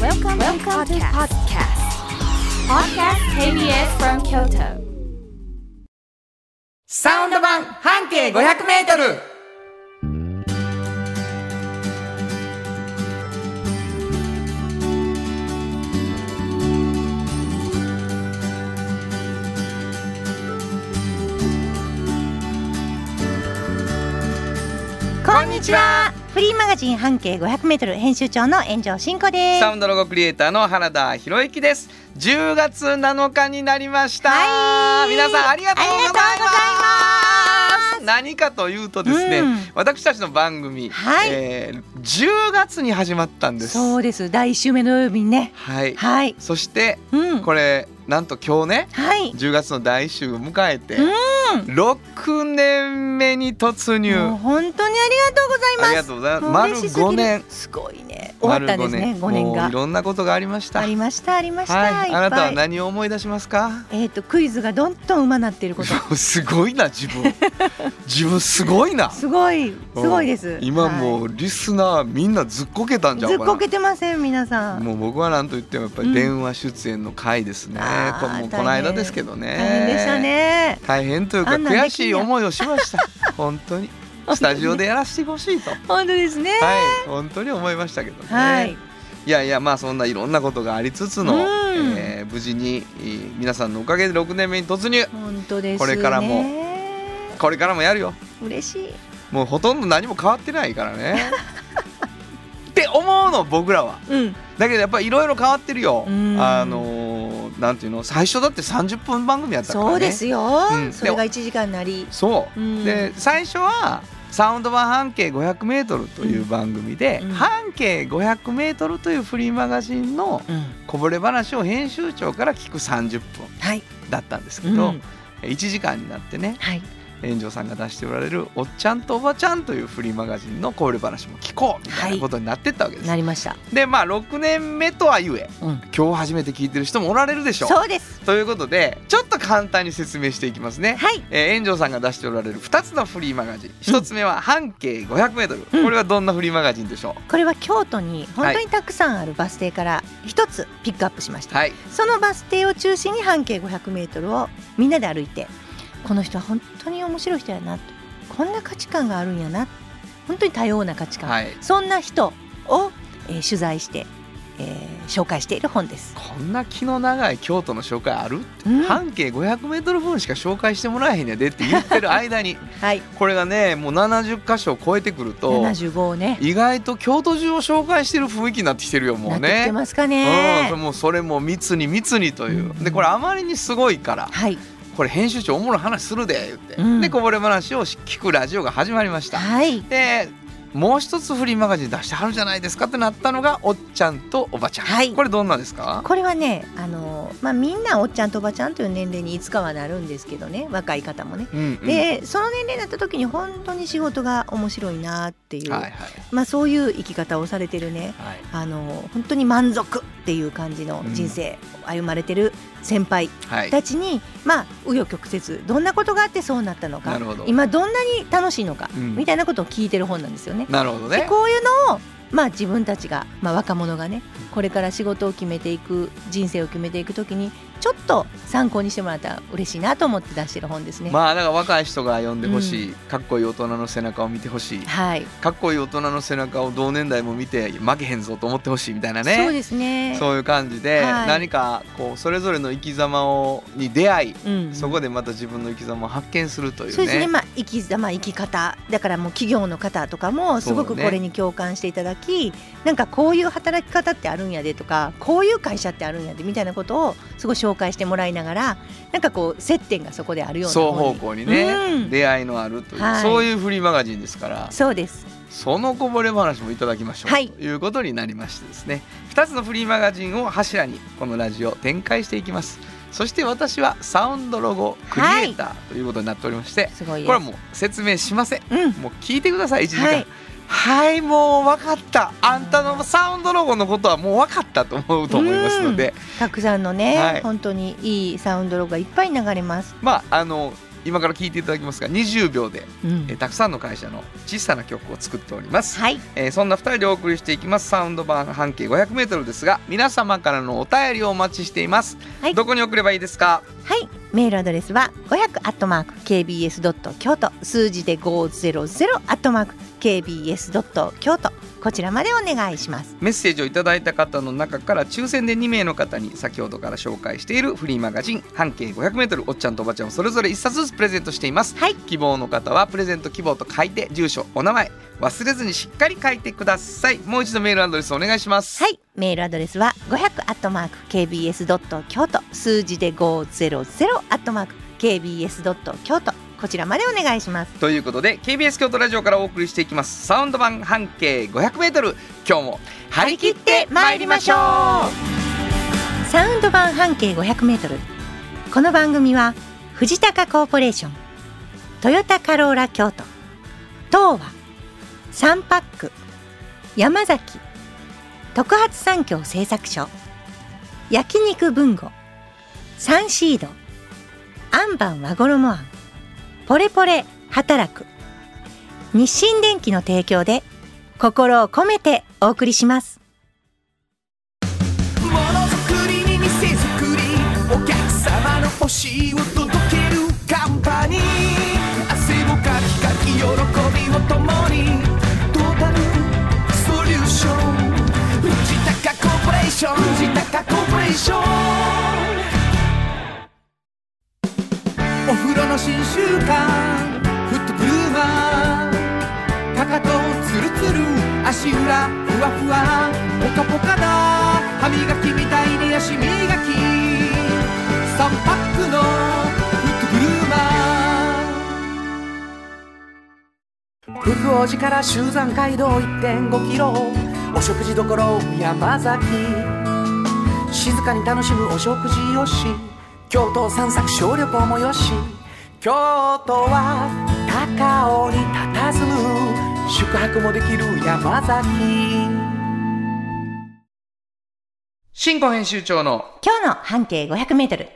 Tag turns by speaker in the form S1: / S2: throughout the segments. S1: Welcome, Welcome to podcast. Podcast KBS from Kyoto.
S2: サウンド版半径500メートル
S3: こんにちは。フリーマガジン半径500メートル編集長の炎上真子です。
S2: サウンドロゴクリエイターの原田博之です10月7日になりました、
S3: はい
S2: 皆さんありがとうございます
S3: ありがとうございます
S2: 何かというとですね、
S3: うん
S2: 私たちの番組、
S3: はい
S2: えー10月に始まったんです
S3: そうです。第一週目の土曜日にね。
S2: はい、
S3: はい。
S2: そして
S3: うん。
S2: これなんと今日ね
S3: はい。
S2: 10月の第1週を迎えて、
S3: う
S2: 6年目に突入
S3: もう本当にありがとうございます。
S2: ありがとうございます
S3: も
S2: 丸
S3: 嬉しすぎる
S2: 5年
S3: すごいね。終わったんですね。
S2: 丸
S3: 5年
S2: もうい
S3: が。
S2: ろんなことがありました
S3: ありましたありました。
S2: はいい、
S3: っぱい
S2: あなたは何を思い出しますか
S3: えっ、とクイズがどんどん馬なってい ること。
S2: すごいな自 分自分すごいな
S3: すごいすごいです。
S2: 今も
S3: は
S2: うリスナーみんなずっこけたん
S3: い
S2: じゃ
S3: ず
S2: ん
S3: っこけてません皆さん。
S2: もう僕はなんと言ってもやっぱり電話出演の回ですね、
S3: あ
S2: こもう
S3: ー大変
S2: この間ですけどね
S3: 大変でしたね。
S2: 大変というか
S3: あんなんできんや
S2: 悔しい思いをしました本当 にスタジオでやらせてほしいとはい
S3: 本当ですね。
S2: 本当に思いましたけどね、
S3: はい。
S2: いやいやまあそんないろんなことがありつつの、
S3: うん
S2: えー無事にえー皆さんのおかげで6年目に突入
S3: 本当ですね。
S2: これからもこれからもやるよ
S3: 嬉しい。
S2: もうほとんど何も変わってないから ねって思うの僕らは
S3: うん。
S2: だけどやっぱりいろいろ変わってるよ、
S3: うん
S2: あのーなんていうの最初だって30分番組やったからね
S3: そうですよ、
S2: うん
S3: それが1時間なり
S2: そう、
S3: うん
S2: で最初はサウンド版半径 500m という番組で、
S3: うん
S2: 半径 500m というフリーマガジンのこぼれ話を編集長から聞く30分
S3: はい、
S2: だったんですけ
S3: うん
S2: ど、1時間になってね
S3: はい
S2: 炎上さんが出しておられる「おっちゃんとおばちゃん」というフリーマガジンのこぼれ話も聞こうみたいなことになってったわけです。
S3: なりました、
S2: でまあ6年目とはゆえ
S3: うん、
S2: 今日初めて聞いてる人もおられるでしょう。
S3: そうです
S2: ということでちょっと簡単に説明していきますね。
S3: はい
S2: えー、炎上さんが出しておられる2つのフリーマガジン1つ目は半径 500m、
S3: うん
S2: これはどんなフリーマガジンでしょう、
S3: これは京都に本当にたくさんあるバス停から一つピックアップしました、
S2: はい
S3: そのバス停を中心に半径 500m をみんなで歩いてこの人は本当に面白い人やなとこんな価値観があるんやな本当に多様な価値観、
S2: はい、
S3: そんな人を、えー取材して、えー紹介している本です、
S2: こんな気の長い京都の紹介ある、
S3: うんは
S2: 半径 500m 分しか紹介してもらえへんやでって言ってる間に
S3: い
S2: これがねもう70箇所を超えてくると
S3: 75をね
S2: 意外と京都中を紹介してる雰囲気になってきてるよも
S3: な
S2: う
S3: ってきて
S2: ね。
S3: ますか
S2: うん
S3: ね、
S2: それもうそれも密に密にという、
S3: うん
S2: でこれあまりにすごいから
S3: はい
S2: これ編集長おもろい話するで言って、
S3: うん
S2: でこぼれ話を聞くラジオが始まりました、
S3: はい
S2: でもう一つフリーマガジン出してはるじゃないですかってなったのがおっちゃんとおばちゃん、
S3: はい
S2: これどんなですか
S3: これはねあの、まあ、みんなおっちゃんとおばちゃんという年齢にいつかはなるんですけどね若い方もね。
S2: うんうん
S3: で、その年齢になった時に本当に仕事が面白いなっていう、
S2: はいはい
S3: まあ、そういう生き方をされてるね
S2: はい
S3: あの本当に満足っていう感じの人生を歩まれてる先輩
S2: はい
S3: たちに、まあ紆余曲折どんなことがあってそうなったの
S2: な
S3: か
S2: るほど
S3: 今どんなに楽しいのか、
S2: うん
S3: みたいなことを聞いてる本なんですよね。
S2: なるほど
S3: で
S2: ね
S3: こういうのを、まあ、自分たちが、まあ、若者がねこれから仕事を決めていく人生を決めていくときにちょっと参考にしてもらったら嬉しいなと思って出してる本ですね。
S2: まあだから若い人が読んでほしい、かっこいい大人の背中を見てほしい
S3: はい、
S2: かっこいい大人の背中を同年代も見て負けへんぞと思ってほしいみたいなね
S3: そうですね
S2: そういう感じで、
S3: はい
S2: 何かこうそれぞれの生き様をに出会い、
S3: うん、
S2: そこでまた自分の生き様を発見するというね。
S3: そうですね、まあ、生き様生き方だからもう企業の方とかもす
S2: そう
S3: ごく
S2: ね
S3: これに共感していただき、なんかこういう働き方ってあるんやでとかこういう会社ってあるんやでみたいなことをすごい紹介してもらいながらなんかこう接点がそこであるような
S2: 双
S3: 本
S2: 方向にね、
S3: うん
S2: 出会いのあるという、
S3: はい
S2: そういうフリーマガジンですから
S3: そうです
S2: そのこぼれ話もいただきましょう、
S3: はい
S2: ということになりましてですね2つのフリーマガジンを柱にこのラジオ展開していきますそして私はサウンドロゴクリエイターということになっておりまして、
S3: すごいです
S2: これはもう説明しません
S3: うん
S2: もう聞いてください1時間は
S3: はいい、
S2: もう分かったあんたのサウンドロゴのことはもう分かったと思うと思いますので
S3: たくさんのね、
S2: はい
S3: 本当にいいサウンドロゴがいっぱい流れます。
S2: まああの今から聞いていただきますが20秒で、
S3: うん
S2: えーたくさんの会社の小さな曲を作っております、
S3: はい
S2: えーそんな2人でお送りしていきますサウンド版半径 500m ですが皆様からのお便りをお待ちしています、
S3: はい
S2: どこに送ればいいですか
S3: はい、メールアドレスは500アットマーク kbs ドット京都数字で500アットマーク kbs ドット京都こちらまでお願いします。
S2: メッセージをいただいた方の中から抽選で2名の方に先ほどから紹介しているフリーマガジン半径 500m おっちゃんとおばちゃんをそれぞれ1冊ずつプレゼントしています
S3: はい、
S2: 希望の方はプレゼント希望と書いて住所お名前忘れずにしっかり書いてくださいもう一度メールアドレスお願いします、
S3: はい、メールアドレスは500アットマーク kbs ドット京都数字で500アットマーク kbs ドット京都こちらまでお願いします。
S2: ということで KBS 京都ラジオからお送りしていきますサウンド版半径 500m 今日も張り切ってまいりましょう
S3: サウンド版半径500メートル。この番組は藤高コーポレーション、トヨタカローラ京都、東和、サンパック、山崎、特発産業製作所、焼肉文吾、サンシード、アンバン和衣あん、ポレポレ働く、日清電機の提供で心を込めてお送りします。
S4: ものづくりに店づくりお客様の欲しいを届けるカンパニー汗をかきかき喜びを共にトータルソリューション藤高コーポレーション藤高コーポレーションお風呂の新習慣フットブルーマーかかとツルツル足裏ふわふわポカポカだ歯磨きみたいに足磨き3パックのフットブルーマー福王寺から集山街道1.5キロお食事どころ山崎静かに楽しむお食事よし京都を散策小旅行もよし京都は高尾に佇む宿泊もできる山崎
S2: 新庫編集長の
S3: 今日の半径500メートル。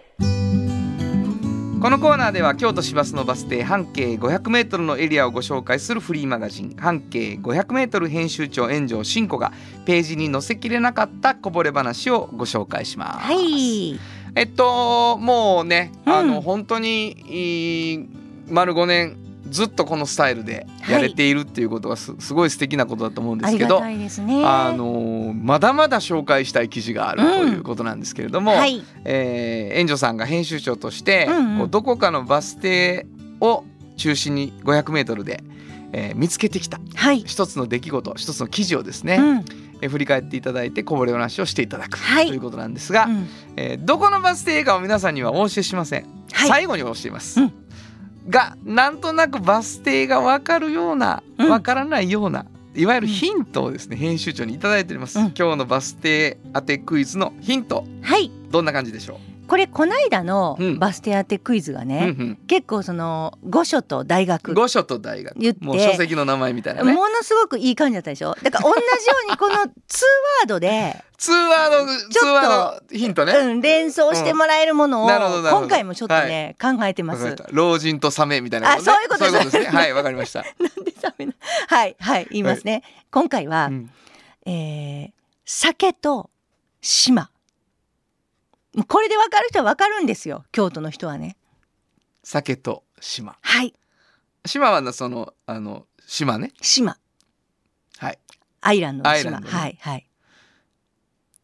S2: このコーナーでは京都市バスのバス停半径 500m のエリアをご紹介するフリーマガジン半径 500m 編集長炎上真子がページに載せきれなかったこぼれ話をご紹介します。
S3: はい。
S2: えっともうね、
S3: うん
S2: あの本当にいい丸5年ずっとこのスタイルでやれているっていうことがす,、すごい素敵なことだと思うんで
S3: あ
S2: す
S3: り
S2: け
S3: が
S2: ど。
S3: たいですね。
S2: あのまだまだ紹介したい記事があると
S3: うん
S2: いうことなんですけれども、
S3: はい。
S2: えー、園女さんが編集長として、
S3: うんうん
S2: こうどこかのバス停を中心に 500m で、えー見つけてきた
S3: はい。
S2: 一つの出来事一つの記事をです
S3: う
S2: ね、
S3: ん。
S2: えー振り返っていただいてこぼれ話をしていただく、
S3: はい
S2: ということなんですが、
S3: うん
S2: えーどこのバス停かを皆さんにはお教えしません、
S3: はい。
S2: 最後にお教えます。
S3: うん
S2: がなんとなくバス停が分かるような
S3: うん
S2: 分からないような、いわゆるヒントをですね編集長に頂いただいております、
S3: うん
S2: 今日のバス停当てクイズのヒント
S3: はい。
S2: どんな感じでしょ
S3: これこないだの
S2: うん
S3: バス停当てクイズが
S2: う、うん
S3: ね、
S2: うん
S3: 結構その御所と大学。も
S2: 御所と大学
S3: 言って
S2: もう書籍の名前みたいなね
S3: のすごくいい感じだったでしょだから同じよ うにこのツーワードで、
S2: ツーワードツーワードヒントね、
S3: うん、連想してもらえるものを
S2: うんなるほどなるほど
S3: 今回もちょっとね、考えてま
S2: わ
S3: す。
S2: か
S3: な
S2: りま
S3: ん
S2: し
S3: で
S2: た老人とサメみたいな
S3: あそういうことです
S2: そういうことですねはいわかりました、
S3: ダメなはいはい言いますね。今回は、
S2: うん
S3: えー酒と島。これでわかる人はわかるんですよ京都の人はね。
S2: 酒と島
S3: はい
S2: 島はなそのあの島ね
S3: 島
S2: はい
S3: アイランドの
S2: アイラ
S3: 島
S2: ンドね
S3: はいはい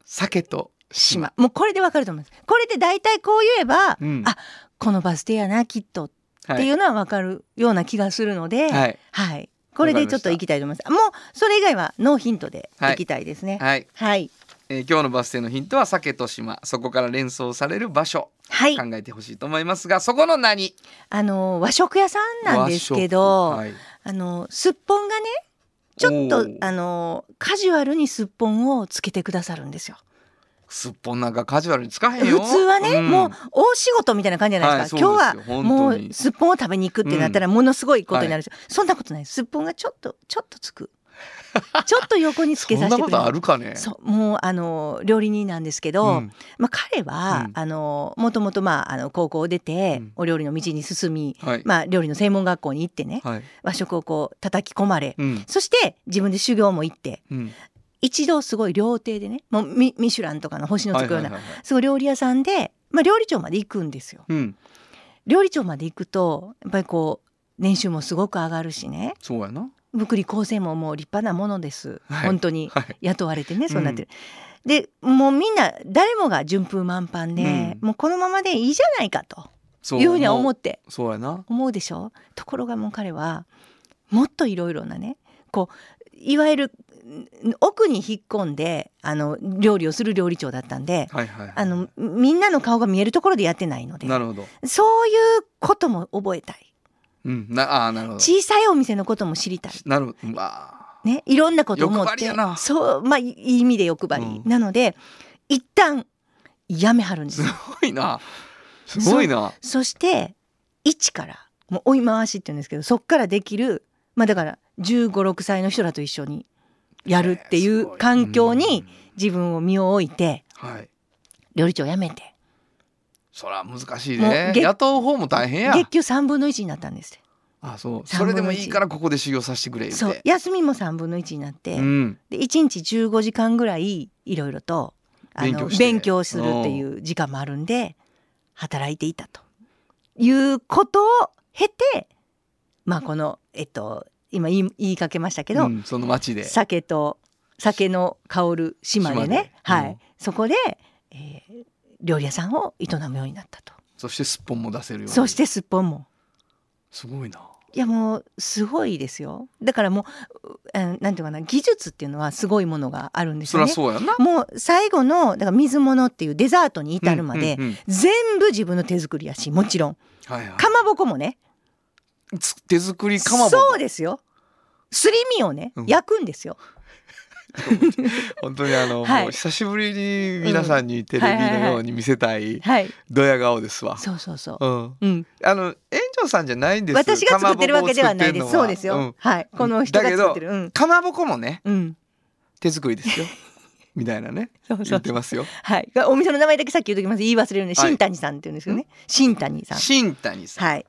S2: 酒と島
S3: 島もうこれでわかると思いますこれで大体こう言えば、
S2: うん
S3: あこのバス停やなきっとっていうのはわかるような気がするので
S2: は
S3: はい、
S2: い
S3: これでちょっといきたいと思いますもうそれ以外はノーヒントで
S2: はい
S3: いきたいですね
S2: はい、
S3: はい
S2: えー今日のバス停のヒントは酒と島そこから連想される場所
S3: はい、
S2: 考えてほしいと思いますがそこの何
S3: あのー和食屋さんなんですけど、
S2: 和食はい
S3: あのーすっぽんがねちょっ
S2: お
S3: と
S2: ー
S3: あのーカジュアルにすっぽんをつけてくださるんですよ
S2: すっぽんなんかカジュアルに使えへんよ
S3: 普通はね、
S2: ん
S3: もう大仕事みたいな感じじゃないですか、
S2: はいそうで
S3: 今
S2: す
S3: 日
S2: よ
S3: はも
S2: 本当に
S3: うすっぽんを食べに行くってなったらものすごいことになるんですよ、そんなことないですすっぽんがちょっとちょっとつくちょっと横につ
S2: そ
S3: け
S2: ん
S3: さ
S2: な
S3: せて
S2: こ
S3: くれ
S2: とあ
S3: る
S2: るかね
S3: そうもうあの料理人なんですけど、
S2: うん
S3: まあ、彼は、
S2: うん
S3: あのもともと、まあ、あの高校を出て、
S2: うん
S3: お料理の道に進み、
S2: はい、
S3: まあ、料理の専門学校に行ってね
S2: はい
S3: 和食をこう叩き込まれ、
S2: うん
S3: そして自分で修行も行って
S2: うん
S3: 一度すごい料亭でねもうミミシュランとかの星のつくよ
S2: はい
S3: うな、
S2: はいはいはい
S3: すごい料理屋さんで、まあ、料理長まで行くんですよ。
S2: うん
S3: 料理長まで行くとやっぱりこう年収もすごく上がるしね
S2: そうやな
S3: 福利厚生ももう立派なものです、
S2: はい
S3: 本当に
S2: はい
S3: 雇われてねそうなってる、でもうみんな誰もが順風満帆で、
S2: うん
S3: もうこのままでいいじゃないかと
S2: そ
S3: いうふうには思
S2: も
S3: って
S2: そうやな
S3: 思うでしょところがもう彼はもっといろいろなねこういわゆるん奥に引っ込んであの料理をする料理長だったんで
S2: はいはいはい
S3: あのみんなの顔が見えるところでやってないので
S2: なるほど
S3: そういうことも覚えたい
S2: うんなあーなるほど
S3: 小さいお店のことも知りたい
S2: なるほどうわ
S3: ね、いろんなことを思
S2: 欲
S3: っ
S2: 張り
S3: て
S2: やな
S3: そうまあいい意味で欲張り、
S2: うん
S3: なので一旦やめはるんですす
S2: ごいなすごいな
S3: そして一からもう追い回しって言うんですけどそっからできるまあだから1 5六6歳の人らと一緒にやるってい
S2: えーすご
S3: う
S2: い
S3: 環境
S2: う
S3: に
S2: ん
S3: 自分を身を置いて
S2: はい
S3: 料理長辞めて
S2: そら難しい
S3: もう
S2: ね
S3: 月
S2: 雇う方も大変や
S3: 月給3分の1になったんですっ
S2: あそう
S3: 三
S2: それ
S3: 分の一
S2: でもいいからここで修行させてくれ
S3: て
S2: 言
S3: そう
S2: て
S3: 休みも3分の1になって、
S2: ん
S3: で1日15時間ぐらいいろいろとあ
S2: 勉
S3: の
S2: 強して
S3: 勉強するっていう時間もあるんで働いていたということを経てまあこのえっと今言い言いかけましたけど、
S2: うんその町で
S3: 酒と酒の香る島
S2: 島
S3: でね
S2: で
S3: はい、
S2: うん
S3: そこで、えー料理屋さんを営むようになったと
S2: そしてすっぽんも出せるように
S3: そしてすっぽんも
S2: すごいない
S3: やもうすごいですよだからもううあのなんていうかな技術っていうのはすごいものがあるんです
S2: そ
S3: よ
S2: りゃ
S3: ね。
S2: そうやな
S3: もう最後のだから水物っていうデザートに至るまで
S2: うんうんうん
S3: 全部自分の手作りやしもちろん
S2: はいは
S3: かまぼこもね
S2: いつ手作りかまぼこ
S3: そうですよすり身をね
S2: うん
S3: 焼くんですよ、
S2: 本当にあの、
S3: はい
S2: もう久しぶりに皆さんにテレビのように見せたい
S3: はい
S2: ドヤ顔ですわ。
S3: そうそうそう、
S2: うん、
S3: うん、
S2: あの園長さんじゃないんです。
S3: 私が作ってるわけではないです
S2: か
S3: そ
S2: ま
S3: う
S2: ぼこを作
S3: で
S2: っ
S3: す
S2: てる
S3: よ、
S2: のはうん
S3: はいこの人が作ってるうん、
S2: かまぼこもね
S3: うん、
S2: 手作り ですよみたいなね
S3: そうそ
S2: 言っ
S3: う
S2: てます よ。
S3: はいお店の名前だけさっき言うときます言い忘れるんで
S2: はい
S3: 新谷さんって言うんですよね、新谷さん
S2: 新谷さん。
S3: はい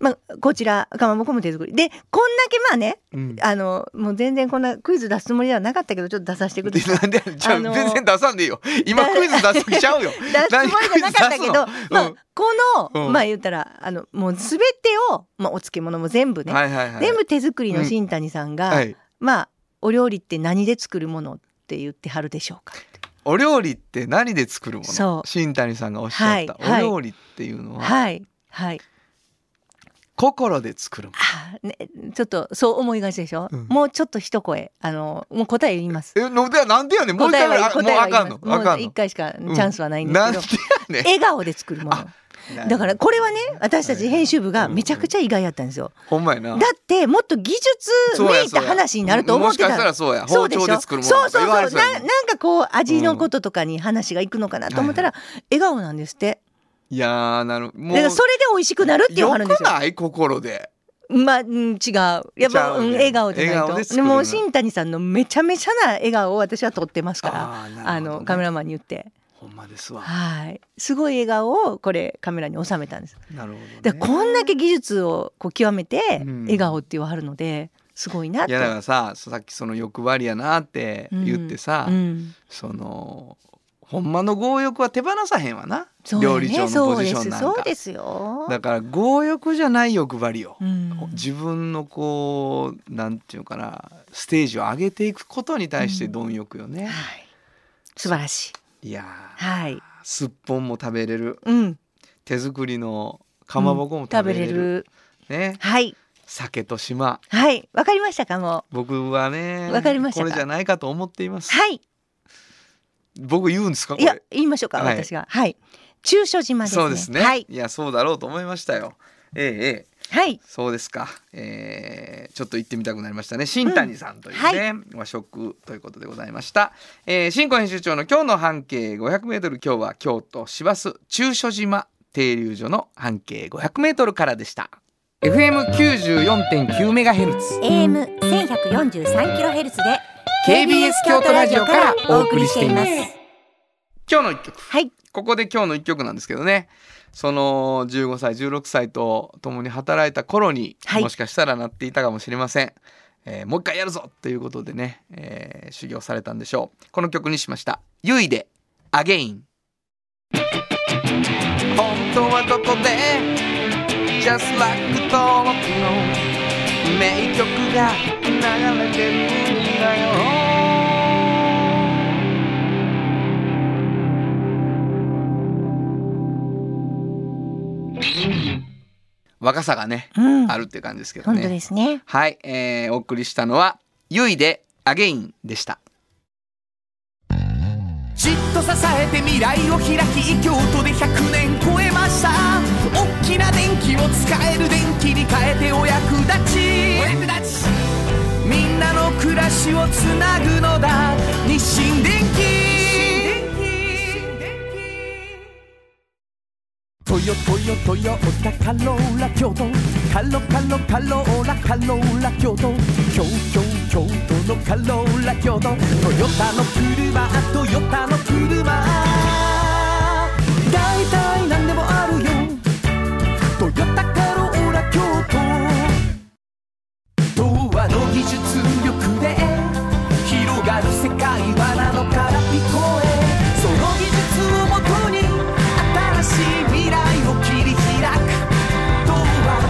S3: まあこちらかまぼこも手作りでこんだけまあね
S2: うん
S3: あのもう全然こんなクイズ出すつもりではなかったけどちょっと出させてくだ
S2: で
S3: さい
S2: なんでじゃあ、
S3: あのー
S2: 全然出さんでいいよ今クイズ出す気ちゃう よ
S3: 出すつもりじゃなかったけど、
S2: 何クイズ出すの
S3: ま
S2: う
S3: あ
S2: ん、
S3: この、
S2: うん
S3: まあ言ったらあのもう全てを、まあ、お漬物も全部ね、
S2: はいはいはい
S3: 全部手作りの新谷さんが、
S2: はい
S3: まあお料理って何で作るものって言ってはるでしょうか
S2: お料理って何で作るもの
S3: そう
S2: 新谷さんがおっしゃった、
S3: はいはい
S2: お料理っていうのは、
S3: はいはい
S2: 心で作るも
S3: あー、ね、ちょっとそう思いがちでしょ、
S2: うん
S3: もうちょっと一声あのもう答え言います
S2: のえなんでやなんでやねんもう一
S3: 答え
S2: 回
S3: は
S2: あ
S3: 答
S2: もう
S3: えは
S2: あ
S3: 言
S2: かんの
S3: います
S2: あ
S3: も
S2: か
S3: うん一
S2: の
S3: 回しかチ
S2: うん
S3: ャンスはないんで
S2: な
S3: す
S2: ん
S3: け
S2: で
S3: ど、
S2: やね
S3: 笑顔で作るもの
S2: ん
S3: だからこれはね私たち編集部が
S2: うん
S3: めちゃくちゃ意外やったんですよ
S2: ほんまやな
S3: だってもっと技術
S2: そう
S3: め
S2: や
S3: い
S2: そう
S3: た
S2: や
S3: 話になると思って
S2: もしかした
S3: た
S2: らそうや
S3: そ
S2: 包
S3: うでしょ
S2: 丁で作るもの
S3: そうそうそう
S2: 言わ
S3: な
S2: れやもん
S3: なんかこう味のこととかに話がいくのかなと思ったら、笑顔なんですって
S2: いやーなる
S3: だ
S2: も
S3: からそれで美味しくなるっていうのがある
S2: よ
S3: んで
S2: く
S3: すよ
S2: ない心で
S3: まあ、うん違うやっ
S2: 違
S3: ぱ、
S2: うね
S3: うん笑顔じゃない
S2: 笑
S3: と
S2: 顔で
S3: で
S2: 作るな
S3: も新谷さんのめちゃめちゃな笑顔を私は撮ってますから
S2: あーなるほどね
S3: あのカメラマンに言って
S2: ほんまですわ
S3: はいすごい笑顔をこれカメラに収めたんです
S2: なるほどね
S3: でこんだけ技術をこう極めて
S2: うん
S3: 笑顔って言わはるのですごいなっ
S2: い
S3: て
S2: やだからささっきその欲張りやなって言ってさ、
S3: うん
S2: そのほんまの強欲は手放さへんわな、
S3: そうやね
S2: 料理長のポジションなんか
S3: そうですそうですよ。
S2: だから強欲じゃない欲張りを、
S3: うん
S2: 自分のこうなんていうかなステージを上げていくことに対して貪欲よね、
S3: はい。素晴らしい。
S2: いやー
S3: はい。
S2: すっぽんも食べれる
S3: うん。
S2: 手作りのかまぼこも食
S3: 食
S2: べ
S3: べ
S2: れ
S3: れ
S2: る,、
S3: る。
S2: ね
S3: はい。
S2: 酒と島
S3: はい。わかりましたかも
S2: 僕はね
S3: わかりました
S2: こ
S3: か
S2: れじゃないかと思っていま
S3: う。
S2: す
S3: はい。
S2: 僕言うんですかこ
S3: いや
S2: れ
S3: 言いましょうか、
S2: はい
S3: 私が。はい。中所島ですね。
S2: そうですね、
S3: はいい、。
S2: やそうだろうと思いましたよええええ
S3: はい。
S2: そうですか、えー、ちょっと行ってみたくなりましたね新谷さんというね、和食ということでございました、えー、新婚編集長の今日の半径 500m 今日は京都市バス中所島停留所の半径 500m からでした FM94.9 メガヘルツ
S3: AM 1143キロヘルツで
S2: KBS 京都ラジオからお送りしています今日の一曲
S3: はい
S2: ここで今日の一曲なんですけどねその15歳16歳と共に働いた頃に、
S3: はい
S2: もしかしたらなっていたかもしれません、えーもう一回やるぞということでね、えー修行されたんでしょうこの曲にしました「ゆいでアゲイン」「本当はどこで Just like 登録の名曲が流れてるんだよ」若さがね、
S3: うん
S2: あるっていう感じですけど
S3: 本当で
S2: ね。
S3: すね
S2: はい、えー、お送りしたのは「ゆいでアゲイン」でした。
S4: じっと支えて未来を開き京都で100年超えました大きな電気を使える電気に変えてお役立ちお役立ちみんなの暮らしをつなぐのだ日清電気トヨトヨトヨタカローラ京都カロカロカローラカローラ京都京京京都のカローラ京都トヨタの車トヨタの車大体何でもあるよトヨタカローラ京都童話の技術力で広がる世界はなのから聞こえその技術をもとに新しい未来を切り開く童話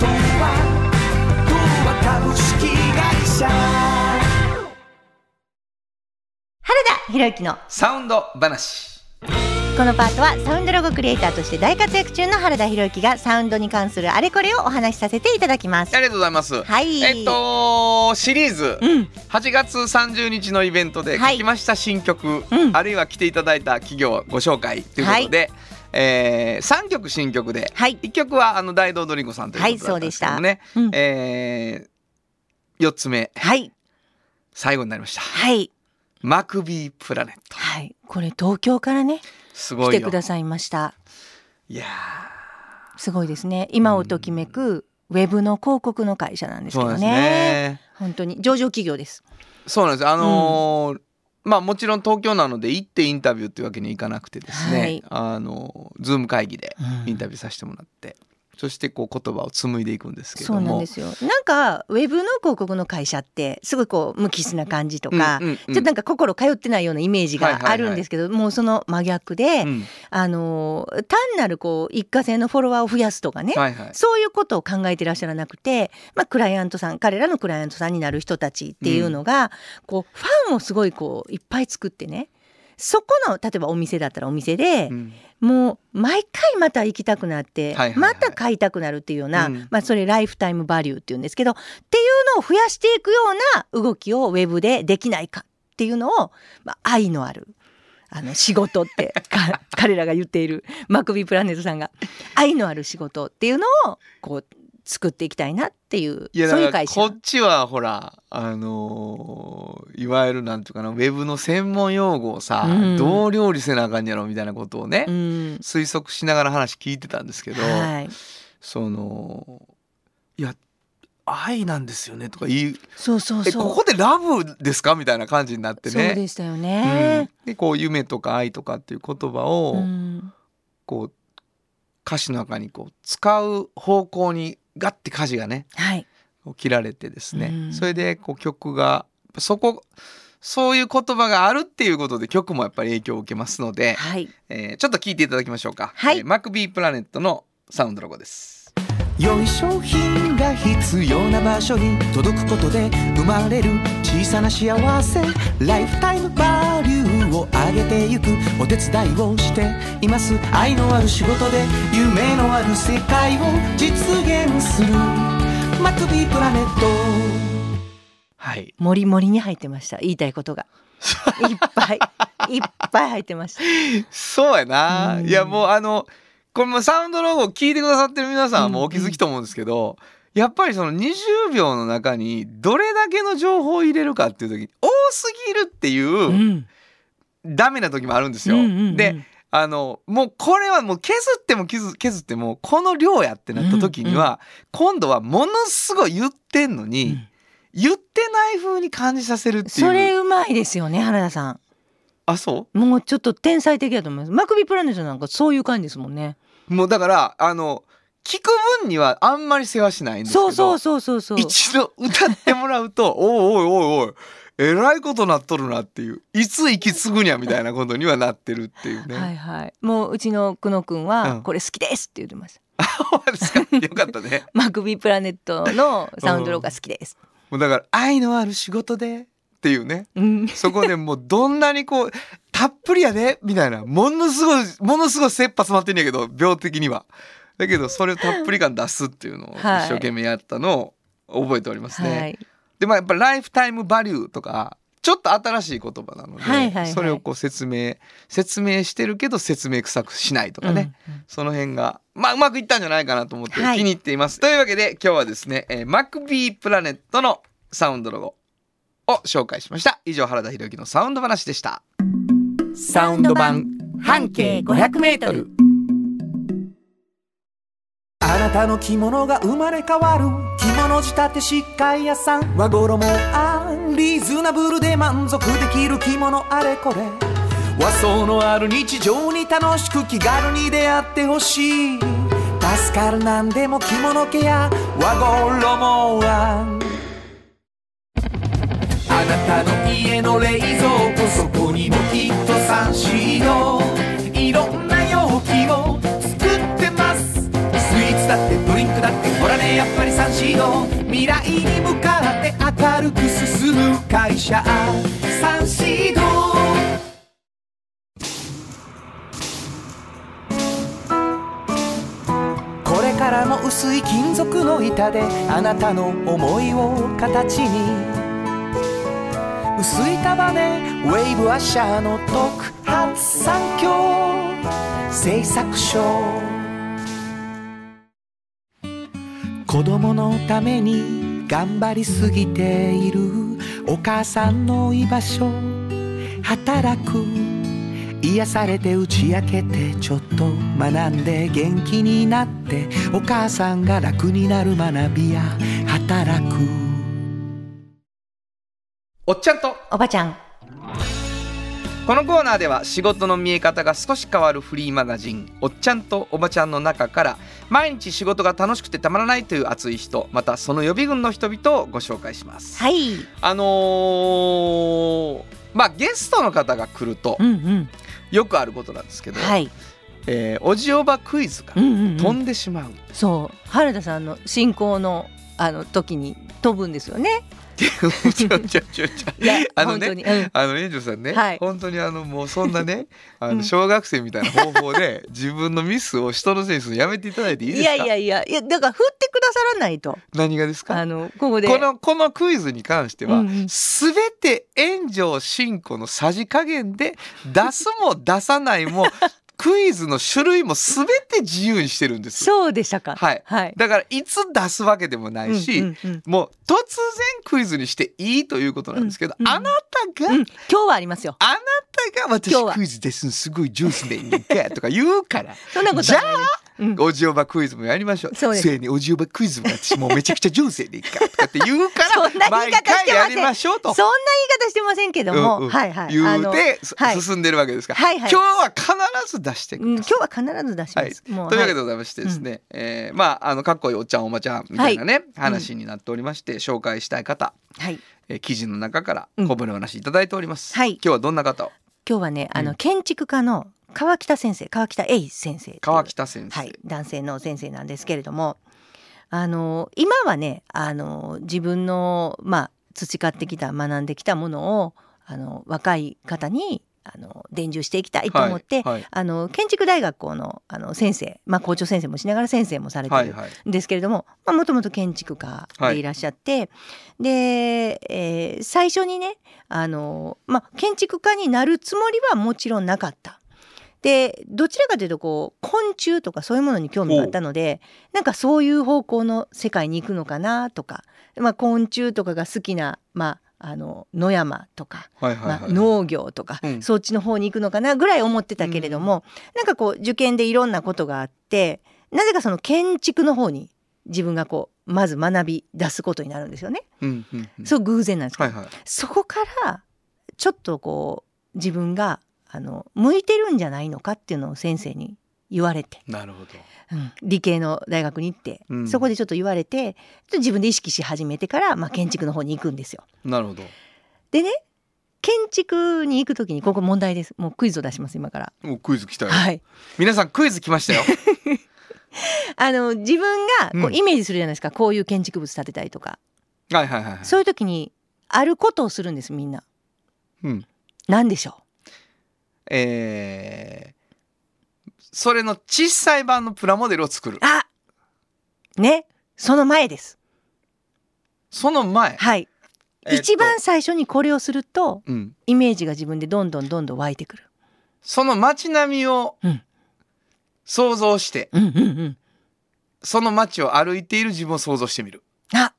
S4: 童話童話株式会社
S3: 原田博之の
S2: サウンド話
S3: このパートはサウンドロゴクリエイターとして大活躍中の原田博之がサウンドに関するあれこれをお話しさせていただきます
S2: ありがとうございます。
S3: はい
S2: えっとシリーズ、
S3: うん
S2: 8月30日のイベントで
S3: はい
S2: 書きました新曲、
S3: うん
S2: あるいは来ていただいた企業ご紹介ということで、え3曲新曲で、
S3: はい
S2: 1曲はあの大道ドリンゴさんということだったんですけどもね、
S3: はいそうでした
S2: え4つ目
S3: はい
S2: 最後になりました「
S3: はい
S2: マクビープラネット
S3: はいこれ東京からね」
S2: す
S3: 来
S2: ごい
S3: て
S2: よ
S3: く。ださいました
S2: いやー
S3: すごいですね今をときめくウェブの広告の会社なんです
S2: そ
S3: け
S2: うな
S3: ど
S2: んで
S3: ね
S2: すね。
S3: 本当に上場企業です
S2: そうなんです。あのーまあもちろん東京なので行ってインタビューっていうわけにいかなくてですね、
S3: はい
S2: あのズーム会議でインタビューさせてもらって、そしてこう言葉を紡いでいくんですけど
S3: そ
S2: も。
S3: うなんですよなんかウェブの広告の会社ってすごいこう無機質な感じとか、
S2: うんうんうん
S3: ちょっとなんか心通ってないようなイメージ
S2: はいはいはい
S3: があるんですけど、もうその真逆で、
S2: うん
S3: あのー単なるこう一過性のフォロワーを増やすとかね、
S2: はいはい。
S3: そういうことを考えてらっしゃらなくて、まあ、クライアントさん彼らのクライアントさんになる人たちっていうのが、こうファンをすごいこういっぱい作ってねそこの例えばお店だったらお店で、
S2: うん
S3: もう毎回また行きたくなっ
S2: はい
S3: て、
S2: はいはい
S3: また買いたくなるっていうよう
S2: う
S3: な、
S2: ん
S3: まあ、それライフタイムバリューっていうんですけどっていうのを増やしていくような動きをウェブでできないかっていうのを、まあ、愛のあるあの仕事って か彼らが言っているマクビープラネットさんが愛のある仕事っていうのをこう作っていきたいなっていう
S2: いや
S3: そうい
S2: だ
S3: う
S2: から
S3: 会
S2: こ
S3: 社。
S2: っちはほらあのーいわゆるなんていうかなウェブの専門用語をさ、
S3: うん
S2: どう料理せなあかんやろみたいなことをね、
S3: うん
S2: 推測しながら話聞いてたんですけど、
S3: はい、
S2: そのいや愛なんですよねとか言う
S3: そうそう
S2: え
S3: そう
S2: ここでラブですかみたいな感じになってね。
S3: そうでしたよね。
S2: うんでこう夢とか愛とかっていう言葉を、
S3: うん
S2: こう歌詞の中にこう使う方向にガッて舵がね
S3: はい、
S2: こう切られてですね、
S3: うん
S2: それでこう曲がそこそういう言葉があるっていうことで曲もやっぱり影響を受けますので、
S3: はい
S2: えーちょっと聞いていただきましょうか、
S3: はい
S2: えーマクビープラネットのサウンドロゴです
S4: 良い商品が必要な場所に届くことで生まれる小さな幸せライフタイムバリューを上げてゆくお手伝いをしています愛のある仕事で夢のある世界を実現するマクビープラネット
S2: はい
S3: もりもりに入ってました言いたいことがいっぱいいっぱい入ってました
S2: そうやな、
S3: うん
S2: いやもうあのこれもサウンドロゴを聞いてくださってる皆さんはもうお気づきと思うんですけど、やっぱりその20秒の中にどれだけの情報を入れるかっていう時に多すぎるっていううんダメな時もあるんです
S3: うん
S2: よ。
S3: うんうん
S2: であのもうこれはもう削っても削削ってもこの量やってなった時には、今度はものすごい言ってんのに、
S3: うん
S2: 言ってない風に感じさせるっていう
S3: それうまいですよね原田さ
S2: あそ
S3: んもうちょっと天才的だと思いますマクビプラネットなんかそういう感じですもんね
S2: うもうだからあの聞く分にはあんまり世話しないんですけど
S3: そうそうそうそうそう
S2: 一度歌ってもらうと 「おいおいおいおいえらいことなっとるな」っていういつ息継ぐにゃみたいなことにはなってるっていうね。
S3: はいはいもううちの久野くん
S2: う
S3: は
S2: ん
S3: これ好きですって言ってます、
S2: そう ですかよかったね。
S3: マクビプラネットのサウンドローが好きです、
S2: もうだから愛のある仕事でっていうね
S3: うん、
S2: そこでもうどんなにこうたっぷりやでみたいなものすごいものすごい切羽詰まってんねやけど病的には。だけどそれをたっぷり感出すっていうのを一
S3: はい
S2: 生懸命やったのを覚えておりますね。
S3: はい
S2: でまあやっぱライフタイムバリューとかちょっと新しい言葉なので、
S3: はいはいはい
S2: それをこう説明説明してるけど説明臭くしないとかね、
S3: うんうん
S2: その辺が、まあ、うまくいったんじゃないかなと思って気
S3: はい
S2: に入っています。というわけで今日はですね、えーマクビープラネットのサウンドロゴを紹介しました。以上原田博之のサウンド話でした。
S4: サ
S3: ウンド版半径500メートル
S4: あなたの着物が生まれ変わる着物仕立て疾患屋さん和衣もアンリーズナブルで満足できる着物あれこれ和装のある日常に楽しく気軽に出会ってほしい助かるなんでも着物ケア和衣もアンあなたの家の冷蔵庫そこにもきっとサンシードいろんな容器を作ってますスイーツだってドリンクだってほらねやっぱりサンシード未来に向かって明るく進む会社サンシードこれからも薄い金属の板であなたの思いを形に薄い束ねウェイブアッシャーの特発産業製作所子供のために頑張りすぎているお母さんの居場所働く癒されて打ち明けてちょっと学んで元気になってお母さんが楽になる学びや働く
S2: おっちゃんと
S3: おばちゃん
S2: このコーナーでは仕事の見え方が少し変わるフリーマガジン「おっちゃんとおばちゃん」の中から毎日仕事が楽しくてたまらないという熱い人またその予備軍の人々をご紹介します。
S3: はい
S2: あのーまあゲストの方が来ると
S3: うんうん
S2: よくあることなんですけど、
S3: はい
S2: えーおじおばクイズが
S3: うんうん、うん、
S2: 飛んでし まう。
S3: そう原田さんの進行のあの時に飛ぶんですよね。
S2: ちょちょちょちょ
S3: いや
S2: あの
S3: 本当
S2: ね
S3: に、うん
S2: あの園長さんね、
S3: はい
S2: 本当にあのもうそんな ねあ
S3: う
S2: の
S3: ん
S2: 小学生みたいな方法で自分のミスを人のせいにするのやめていただいていいです
S3: い
S2: か
S3: やいやいやいやだから振ってくださらないと
S2: 何がですか
S3: あのここで
S2: このこのクイズに関しては、
S3: うんうん
S2: すべて炎上進行のさじ加減 で出すも出さないもクイズの種類もすべて自由にしてるんです。
S3: そうでしたか
S2: はい
S3: はい、
S2: だからいつ出すわけでもないし、
S3: うんうんうん
S2: もう突然クイズにしていいということなんですけど、
S3: うんうん
S2: あなたが、
S3: うん今日はありますよ
S2: あなたが私
S3: 今日は
S2: クイズですすごい上手でいいんかとか言うから
S3: そんなこと
S2: じゃあ
S3: うん
S2: おじおばクイズもやりましょう。
S3: そうです
S2: せやにおじおばクイズも私もうめちゃくちゃ上手でいいかとかって言うか
S3: そんな
S2: ら
S3: 言
S2: 毎
S3: い方し
S2: 回
S3: てま
S2: や
S3: せん
S2: りましょう
S3: そ
S2: と
S3: んな。言い方してませんけども、
S2: うんうん
S3: はいはいあ
S2: 言
S3: の
S2: うてす
S3: はい
S2: 進んでるわけですから、
S3: はいはい
S2: 今日は必ず出して
S3: う
S2: く
S3: ん
S2: ださ
S3: 今日は必ず出し
S2: い。は
S3: ま
S2: い、
S3: す。も
S2: というわけで
S3: は
S2: ございましてですね、えーまああのかっこいいおっちゃんおばちゃんみたいなね、話になっておりまして紹介したい方、
S3: はい
S2: えー記事の中から
S3: うん
S2: こぼれ話いただいております、
S3: はい
S2: 今日はどんな方を
S3: 今日はねあの、
S2: うん
S3: 建築家の川北先生川北栄先生という
S2: 川北先生、
S3: はい、男性の先生なんですけれどもあの今はねあの自分の、まあ、培ってきた学んできたものをあの若い方にあの伝授していきたいと思って、
S2: はい
S3: あの建築大学校のあの先生、まあ、校長先生もしながら先生もされて
S2: は
S3: る
S2: いはい
S3: ですけれどもまあもともと建築家でいらっしゃって、で、えー最初にねあの、まあ、建築家になるつもりはもちろんなかった。でどちらかというとこう昆虫とかそういうものに興味があったのでなんかそういう方向の世界に行くのかなとか、まあ、昆虫とかが好きな、まあ、あの野山とか、
S2: はいはい
S3: ま
S2: は
S3: あ、
S2: い。
S3: 農業とか、
S2: うん
S3: そっちの方に行くのかなぐらい思ってたけれども、なんかこう受験でいろんなことがあってなぜかその建築の方に自分がこうまず学び出すことになるんですよね。
S2: うんうんうん。
S3: そう偶然なんですけど、
S2: はいはい。
S3: そこからちょっとこう自分があの向いてるんじゃないのかっていうのを先生に言われて、
S2: なるほど。
S3: うん理系の大学に行って、
S2: うん
S3: そこでちょっと言われてちょっと自分で意識し始めてから、まあ、建築の方に行くんですよ。
S2: なるほど。
S3: でね建築に行く時にここ問題ですもうクイズを出します今から。
S2: もうクイズ来たよ。
S3: はい、
S2: 皆さんクイズ来ました よ。
S3: あの自分が
S2: う
S3: こうんイメージするじゃないですか、こういう建築物建てたりとか
S2: はいはいはいはい。
S3: そういう時にあることをするんですみんな。
S2: うん。
S3: 何でしょ
S2: えーそれの小さい版のプラモデルを作る
S3: う。あねその前です。
S2: その前。
S3: はい
S2: えっと
S3: 一番最初にこれをすると
S2: うん。
S3: イメージが自分でどんどんどんどん湧いてくる。
S2: その街並みを
S3: うん
S2: 想像して、
S3: うんうんうん。
S2: その街を歩いている自分を想像してみる。
S3: あ、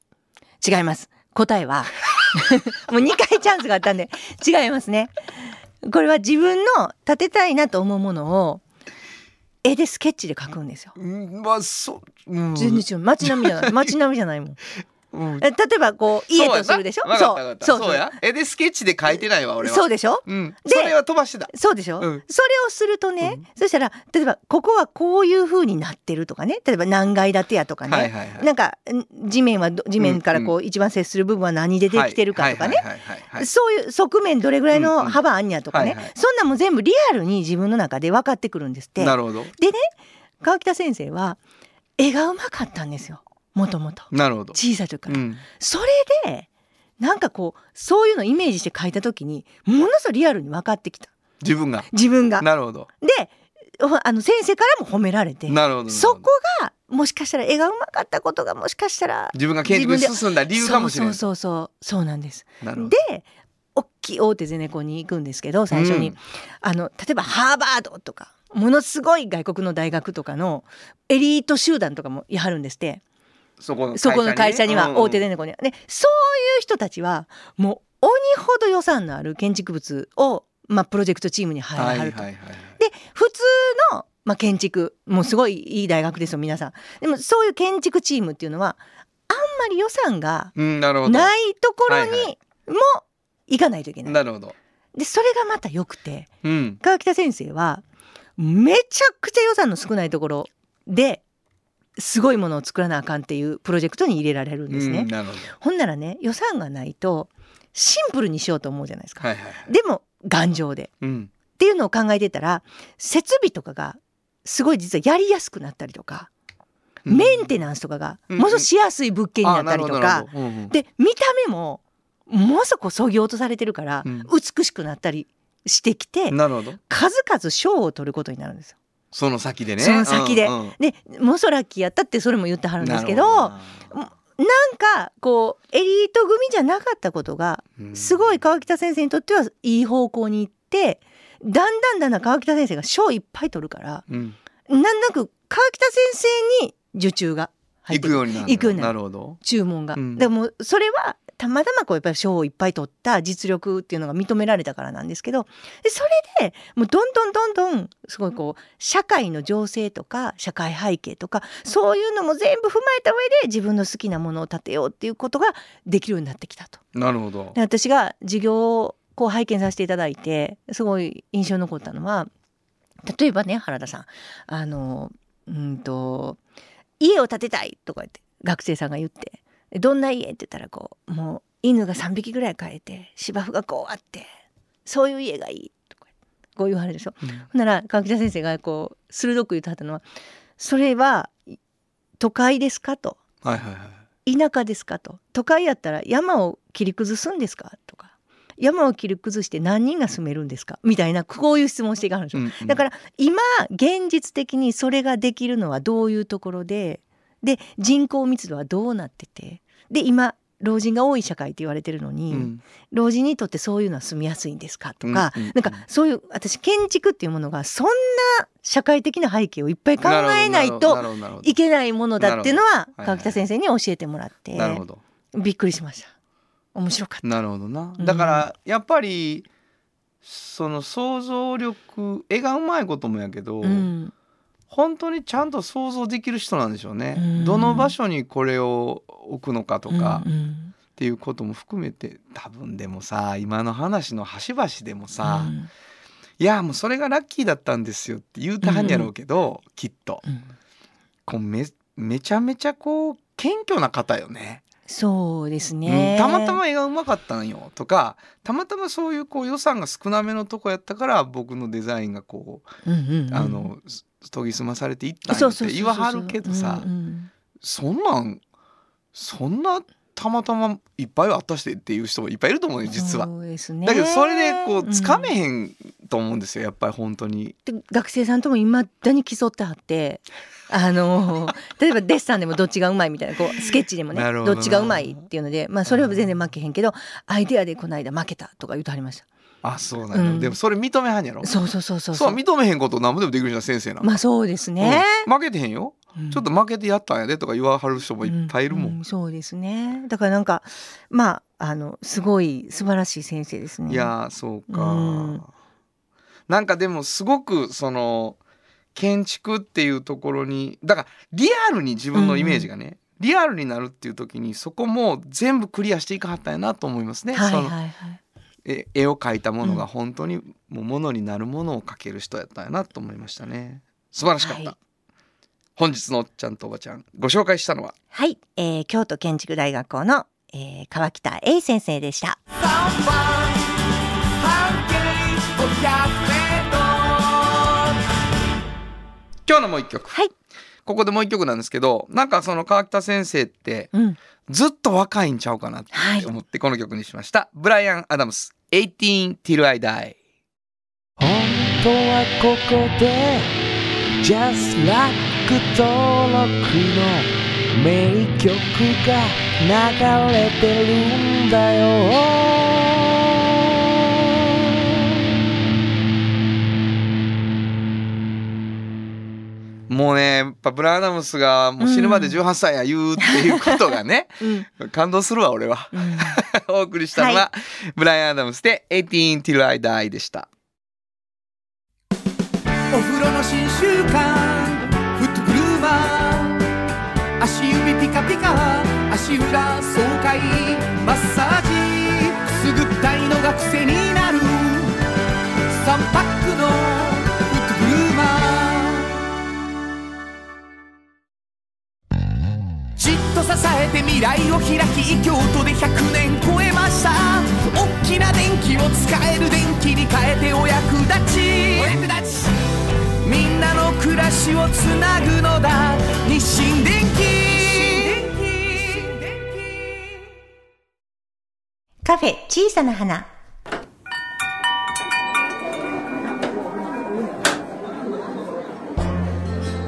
S3: 違います。答 えはもう2回チャンスがあったんで違いますね。これは自分の建てたいなと思うものを絵でスケッチで描くんですよ。
S2: うん、まあ、そうん。
S3: 全然違う街並み じゃない街並みじゃないもん。
S2: うん
S3: え例えばこう家とするでしょ。
S2: そうやなわかったわかった
S3: そう
S2: そうや。絵でスケッチで描いてないわ、俺は。
S3: そうでしょ。
S2: うん。
S3: で
S2: それは飛ばしてた。
S3: そうでしょ、
S2: うん
S3: それをするとね、
S2: うん
S3: そしたら例えばここはこういう風になってるとかね例えば何階建てやとかね、
S2: はいはいはい
S3: なんかん地面はど地面からこう一番接する部分は何でできてるかとかね、
S2: はいはいはいはいはい
S3: そういう側面どれぐらい
S2: うんう
S3: の
S2: ん
S3: 幅あんやとかね、
S2: はいはい
S3: そんなんも全部リアルに自分の中で分かってくるんですって
S2: なるほど。
S3: 川北先生は絵がうまかったんですよもともと
S2: なるほど。
S3: 小さい時か
S2: う
S3: ら。
S2: ん。
S3: それでなんかこうそういうのをイメージして描いた時にものすごいリアルに分かってきた
S2: 自分が。
S3: 自分が。
S2: なるほど。
S3: でおあの先生からも褒められて
S2: なるほど。
S3: そこがもしかしたら絵がうまかったことがもしかしたら
S2: 自分が建築に
S3: 自分で
S2: 進んだ理由かもしれない。
S3: そうそうそうそうそうなんです。
S2: なるほど。
S3: で大きい大手ゼネコンに行くんですけど最初に、
S2: うん
S3: あの例えばハーバードとかものすごい外国の大学とかのエリート集団とかもいはるんですって
S2: そこの
S3: そこの会社には大手
S2: で
S3: ゼネコンには。でそういう人たちはもう鬼ほど予算のある建築物を、まあ、プロジェクトチームに入らはると。
S2: はいはいはいはい
S3: で普通の、まあ、建築もうすごいいい大学ですよ皆さんでもそういう建築チームっていうのはあんまり予算が
S2: うん、なるほど。
S3: ないところ
S2: はいは
S3: にも行かないといけない、
S2: なるほど。
S3: でそれがまた良くて
S2: うん。
S3: 川北先生はめちゃくちゃ予算の少ないところですごいものを作らなあかんっていうプロジェクトに入れられるんですね、
S2: うんなるほど。
S3: ほんならね予算がないとシンプルにしようと思うじゃないですか、
S2: はいはいはい。
S3: でも頑丈で
S2: うん。
S3: っていうのを考えてたら設備とかがすごい実はやりやすくなったりとか、メンテナンスとかが
S2: うん
S3: ものすごいしやすい物件になったりと
S2: あなる
S3: か
S2: ほ、どなるほどうんうん
S3: で見た目もものすごくそぎ落とされてるから、
S2: うん
S3: 美しくなったりしてきて
S2: なるほど。
S3: 数々賞を取ることになるんですよ。
S2: その先でね。
S3: その先で
S2: うんうん
S3: でモソラッキーやったってそれも言ってはるんですけど
S2: なる
S3: な
S2: ほどなん
S3: かこうエリート組じゃなかったことが
S2: うん
S3: すごい川北先生にとってはいい方向に行ってだんだんだんだん川北先生が賞いっぱい取るから
S2: うん
S3: なんとなく川北先生に受注が入っ
S2: 行く
S3: てくる
S2: ようになる。
S3: 行くようにな
S2: な
S3: る
S2: るほど。
S3: 注文が、
S2: うん
S3: でもそれはたまたまこうやっぱり賞をいっぱい取った実力っていうのが認められたからなんですけどでそれでもうどんどんどんどんすごいこう社会の情勢とか社会背景とかそういうのも全部踏まえた上で自分の好きなものを立てようっていうことができるようになってきたと。
S2: なるほど
S3: で。私が授業をこう拝見させていただいてすごい印象に残ったのは例えばね原田さんあのうんと家を建てたいとか言って学生さんが言って「どんな家?」って言ったらこうもう犬が3匹ぐらい飼えて芝生がこうあってそういう家がいいとかこう言われるでしょ。
S2: うん
S3: ほんなら川北先生がこう鋭く言ってはったのは「それは都会ですか?」と
S2: はいはいはい。、
S3: 田舎ですかと都会やったら山を切り崩すんですかとか山を切り崩して何人が住めるんですかみたいなこういう質問をしていかはるんですよ、だからら今現実的にそれができるのはどういうところでで人口密度はどうなっててで今老人が多い社会って言われてるの
S2: う
S3: に、
S2: ん
S3: 老人にとってそういうのは住みやすいんですかとか、
S2: うんうんうん
S3: なんかそういう私建築っていうものがそんな社会的な背景をいっぱい考えないと
S2: るほどなるほど
S3: いけないものだっていうのは
S2: どはいはい
S3: 川北先生に教えてもらって
S2: なるほど。
S3: びっくりしました。面白かった。
S2: なるほどな
S3: うん
S2: だからやっぱりその想像力絵がうまいこともやけど、
S3: うん、
S2: 本当にちゃんと想像できる人なんでしょうね、
S3: うん
S2: どの場所にこれを置くのかとか
S3: うんうん
S2: っていうことも含めて多分でもさ今の話の端々でもさ、
S3: うん
S2: いやもうそれがラッキーだったんですよって言うてはんやろうけど、きっと
S3: うん
S2: こうめめちゃめちゃこう謙虚な方よね。
S3: そうです
S2: う
S3: ね、
S2: んたまたま絵がうまかったんよとかたまたまそういうこう予算が少なめのとこやったから僕のデザインがこう、
S3: うんうんうん
S2: あのす研ぎ澄まされていったん
S3: そ
S2: よ
S3: う
S2: っ
S3: そ
S2: て
S3: うそうそう
S2: 言わはるけどさ
S3: うんうん
S2: そんなんそんなたまたまいっぱいあったしてっていう人もいっぱいいると思うよ実は。
S3: そうですね
S2: だけどそれでこうつかめ
S3: ん、
S2: へんと思うんですよやっぱり本当に。
S3: で学生さんともいまだに競ってはって あの例えばデッサンでもどっちがうまいみたいなこうスケッチでもね
S2: なる
S3: ど
S2: ほどな
S3: っちがうまいっていうので、まあ、それは全然負けへんけどアイデアでこの間負けたとか言うとはりました
S2: あそうなんだ、
S3: うん
S2: でもそれ認めはんやろ
S3: そうそうそうそう
S2: そう認めへんこと何もでもできるじゃん先生なんか
S3: まあそうですね、
S2: うん負けてへんよ、
S3: うん
S2: ちょっと負けてやったんやでとか言わはる人もいっぱいいるもん、
S3: ううそうですねだからなんかまああのすごい素晴らしい先生ですね
S2: いやーそうか、
S3: うん
S2: なんかでもすごくその建築っていうところにだからリアルに自分のイメージがね、リアルになるっていう時にそこも全部クリアしていかはったんやなと思いますね。
S3: はい
S2: そ
S3: はい
S2: の
S3: はい
S2: え絵を描いたもの
S3: う
S2: が
S3: ん
S2: 本当にもうものになるものを描ける人やったんやなと思いましたね。素晴らしかった。
S3: はい
S2: 本日のおっちゃんとおばちゃんご紹介したのは
S3: はい、えー京都建築大学校の、えー川北英先生でした
S2: 今日のもう一曲。
S3: はい
S2: ここでもう一曲なんですけどなんかその川北先生って
S3: うん
S2: ずっと若いんちゃうかなって
S3: はい
S2: 思ってこの曲にしました、ブライアン・アダムス「18 Till I Die
S4: 本当はここで Just Like 登録の名曲が流れてるんだよ
S2: もうねやっぱブライアン・アダムスがもう死ぬまで18歳や言うっていうことが ね、
S3: うん
S2: 感動するわ俺は
S3: うん
S2: お送りしたのは、ブライアン・アダムスで「18 Till I Die」でした
S4: お風呂の新習慣フットグルーマー足指ピカピカ足裏爽快マッサージくすぐったいのが癖になる3パックのフットグルーマーじっと支えて未来を開き京都で100年超えました大きな電気を使える電気に変えてお役立ちお役立ちみんなの暮らしをつなぐのだ日清電気
S3: カフェ小さな花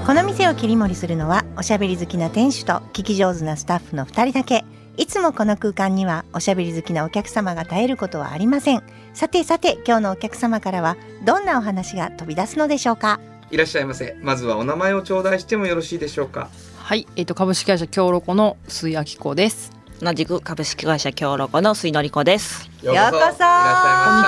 S3: この店を切り盛りするのはおしゃべり好きな店主と聞き上手なスタッフの2人だけいつもこの空間にはおしゃべり好きなお客様が絶えることはありませんさてさて今日のお客様からはどんなお話が飛び出すのでしょうか
S2: いらっしゃいませまずはお名前を頂戴してもよろしいでしょうか
S5: はい、えっ、と株式会社京ロコの水明子です。
S6: 同じく株式会社京ロコの水のりこです。
S2: よ
S3: うこそようこそいらっし
S5: こんにち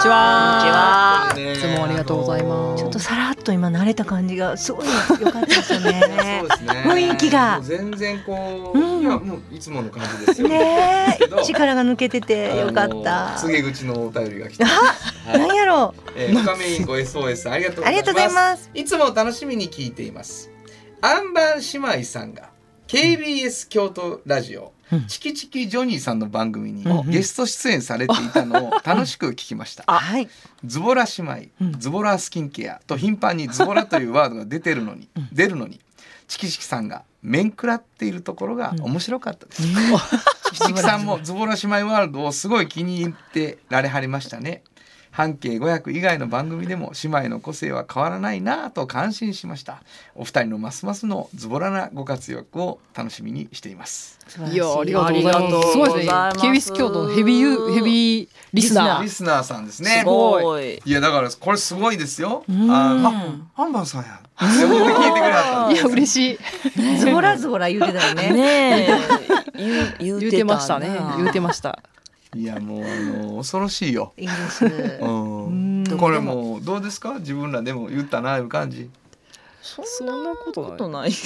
S5: は
S2: こんにち
S5: いつもありがとうございます。
S3: ちょっとさらっと今慣れた感じがすごい良かったですよ
S2: そう
S3: ね
S2: ですね。
S3: 雰囲気が
S2: もう全然こう、
S3: うん
S2: いやもういつもの感じですよ。
S3: ね
S2: けど
S3: え力が抜けててよかっ
S2: あ
S3: た
S2: の告げ口のお便りが来て、
S3: なんやろ
S2: えー、深めインご SOS ありがとうご
S3: う
S2: ざ
S3: あ
S2: います。
S3: りがとうございます
S2: いつも楽しみに聞いています。アンバン姉妹さんが KBS 京都ラジオ、チキチキジョニーさんの番組にゲスト出演されていたのを楽しく聞きました。
S3: はい
S2: ズボラ姉妹、ズボラスキンケアと頻繁にズボラというワードが出てるのに、出るのに、チキチキさんが面食らっているところが面白かったです。チキチキさんもズボラ姉妹ワールドをすごい気に入ってられはりましたね。半径500以外の番組でも姉妹の個性は変わらないなぁと感心しました。お二人のますますのズボラなご活躍を楽しみにしています。
S5: いやありがとうござい
S6: あり
S5: ま
S6: がと
S5: す。
S6: う
S5: す
S6: ご
S5: ごい
S6: ざ
S5: で
S6: い
S5: す
S6: ま
S5: ね
S6: す。
S5: KBS 京都のヘビーユーヘビーリスナ
S2: リ
S5: ー。
S2: スナーさんですね。
S6: すごい。
S2: いやだからこれすごいですよ。ああ、アンバンさんや。って思って聞いてくれはったん
S5: い
S2: です
S5: や嬉しい。
S3: ズ ボラズボラ言うてたよね。
S6: ねえ、言う言う
S5: 言ってましたね。言うて
S6: ま
S5: ました。
S2: いやもうあの恐ろしいよ。
S5: いいです。
S2: うん
S5: うん
S2: これもうどうですか自分らでも言ったないう感じ。
S6: そんなことない。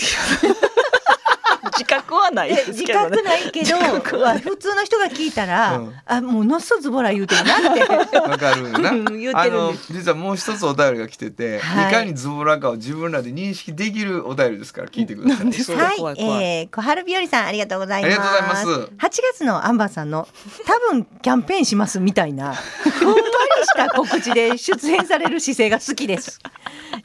S6: 自覚はないです
S3: 自
S6: けどね
S3: 覚。ないけど、わ普通の人が聞いたら、
S2: うん
S3: あ、もうのっそズボラ言うてるなっ て。
S2: わかるよな。
S3: うん言う
S2: あ
S3: てるん
S2: の
S3: です
S2: 実はもう一つお便りが来てて、
S3: はい
S2: い、かにズボラかを自分らで認識できるお便りですから聞いてください。
S6: そう
S3: はい
S6: 怖、い怖い
S3: えー、小春日和さんありがとうございま
S2: あ
S3: す。
S2: りがとうございます
S3: 八月のアンバーさんの多分キャンペーンしますみたいなふんわりした告知で出演される姿勢が好きです。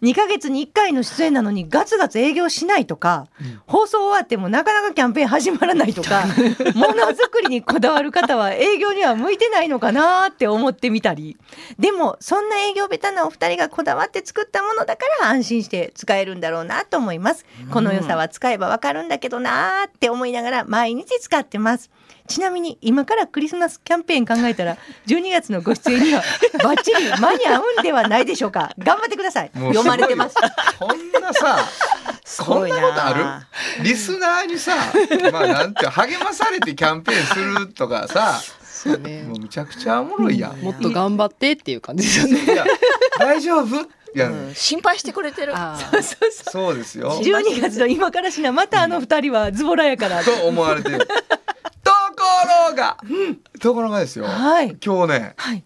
S3: 2ヶ月に1回の出演なのにガツガツ営業しないとか、放送終わってもなかなかキャンペーン始まらないとかものづくりにこだわる方は営業には向いてないのかなって思ってみたりでもそんな営業ベタなお二人がこだわって作ったものだから安心して使えるんだろうなと思います。この良さは使えばわかるんだけどなーって思いながら毎日使ってます。ちなみに今からクリスマスキャンペーン考えたら12月のご出演にはバッチリ間に合うんではないでしょうか。頑張ってください。
S2: もう
S3: 読まれてます。
S2: ごいよ。こんなさ、
S6: す
S2: こ
S6: ご
S2: ん
S6: い
S2: な
S6: な
S2: ことある？リスナーにさ、まあなんて励まされてキャンペーンするとかさ、
S5: そうね
S2: も。うむちゃくちゃおもろいやん。
S5: もっと頑張ってっていう感じですよね。
S2: いや大丈夫？いや、
S6: うん心配してくれてる。
S5: あー
S2: そうですよ。
S3: 12月の今からしなまたあの二人はズボラやから。
S2: と思われてる。ところが、ところがですよ。
S3: はい。
S2: 今日ね、
S3: はい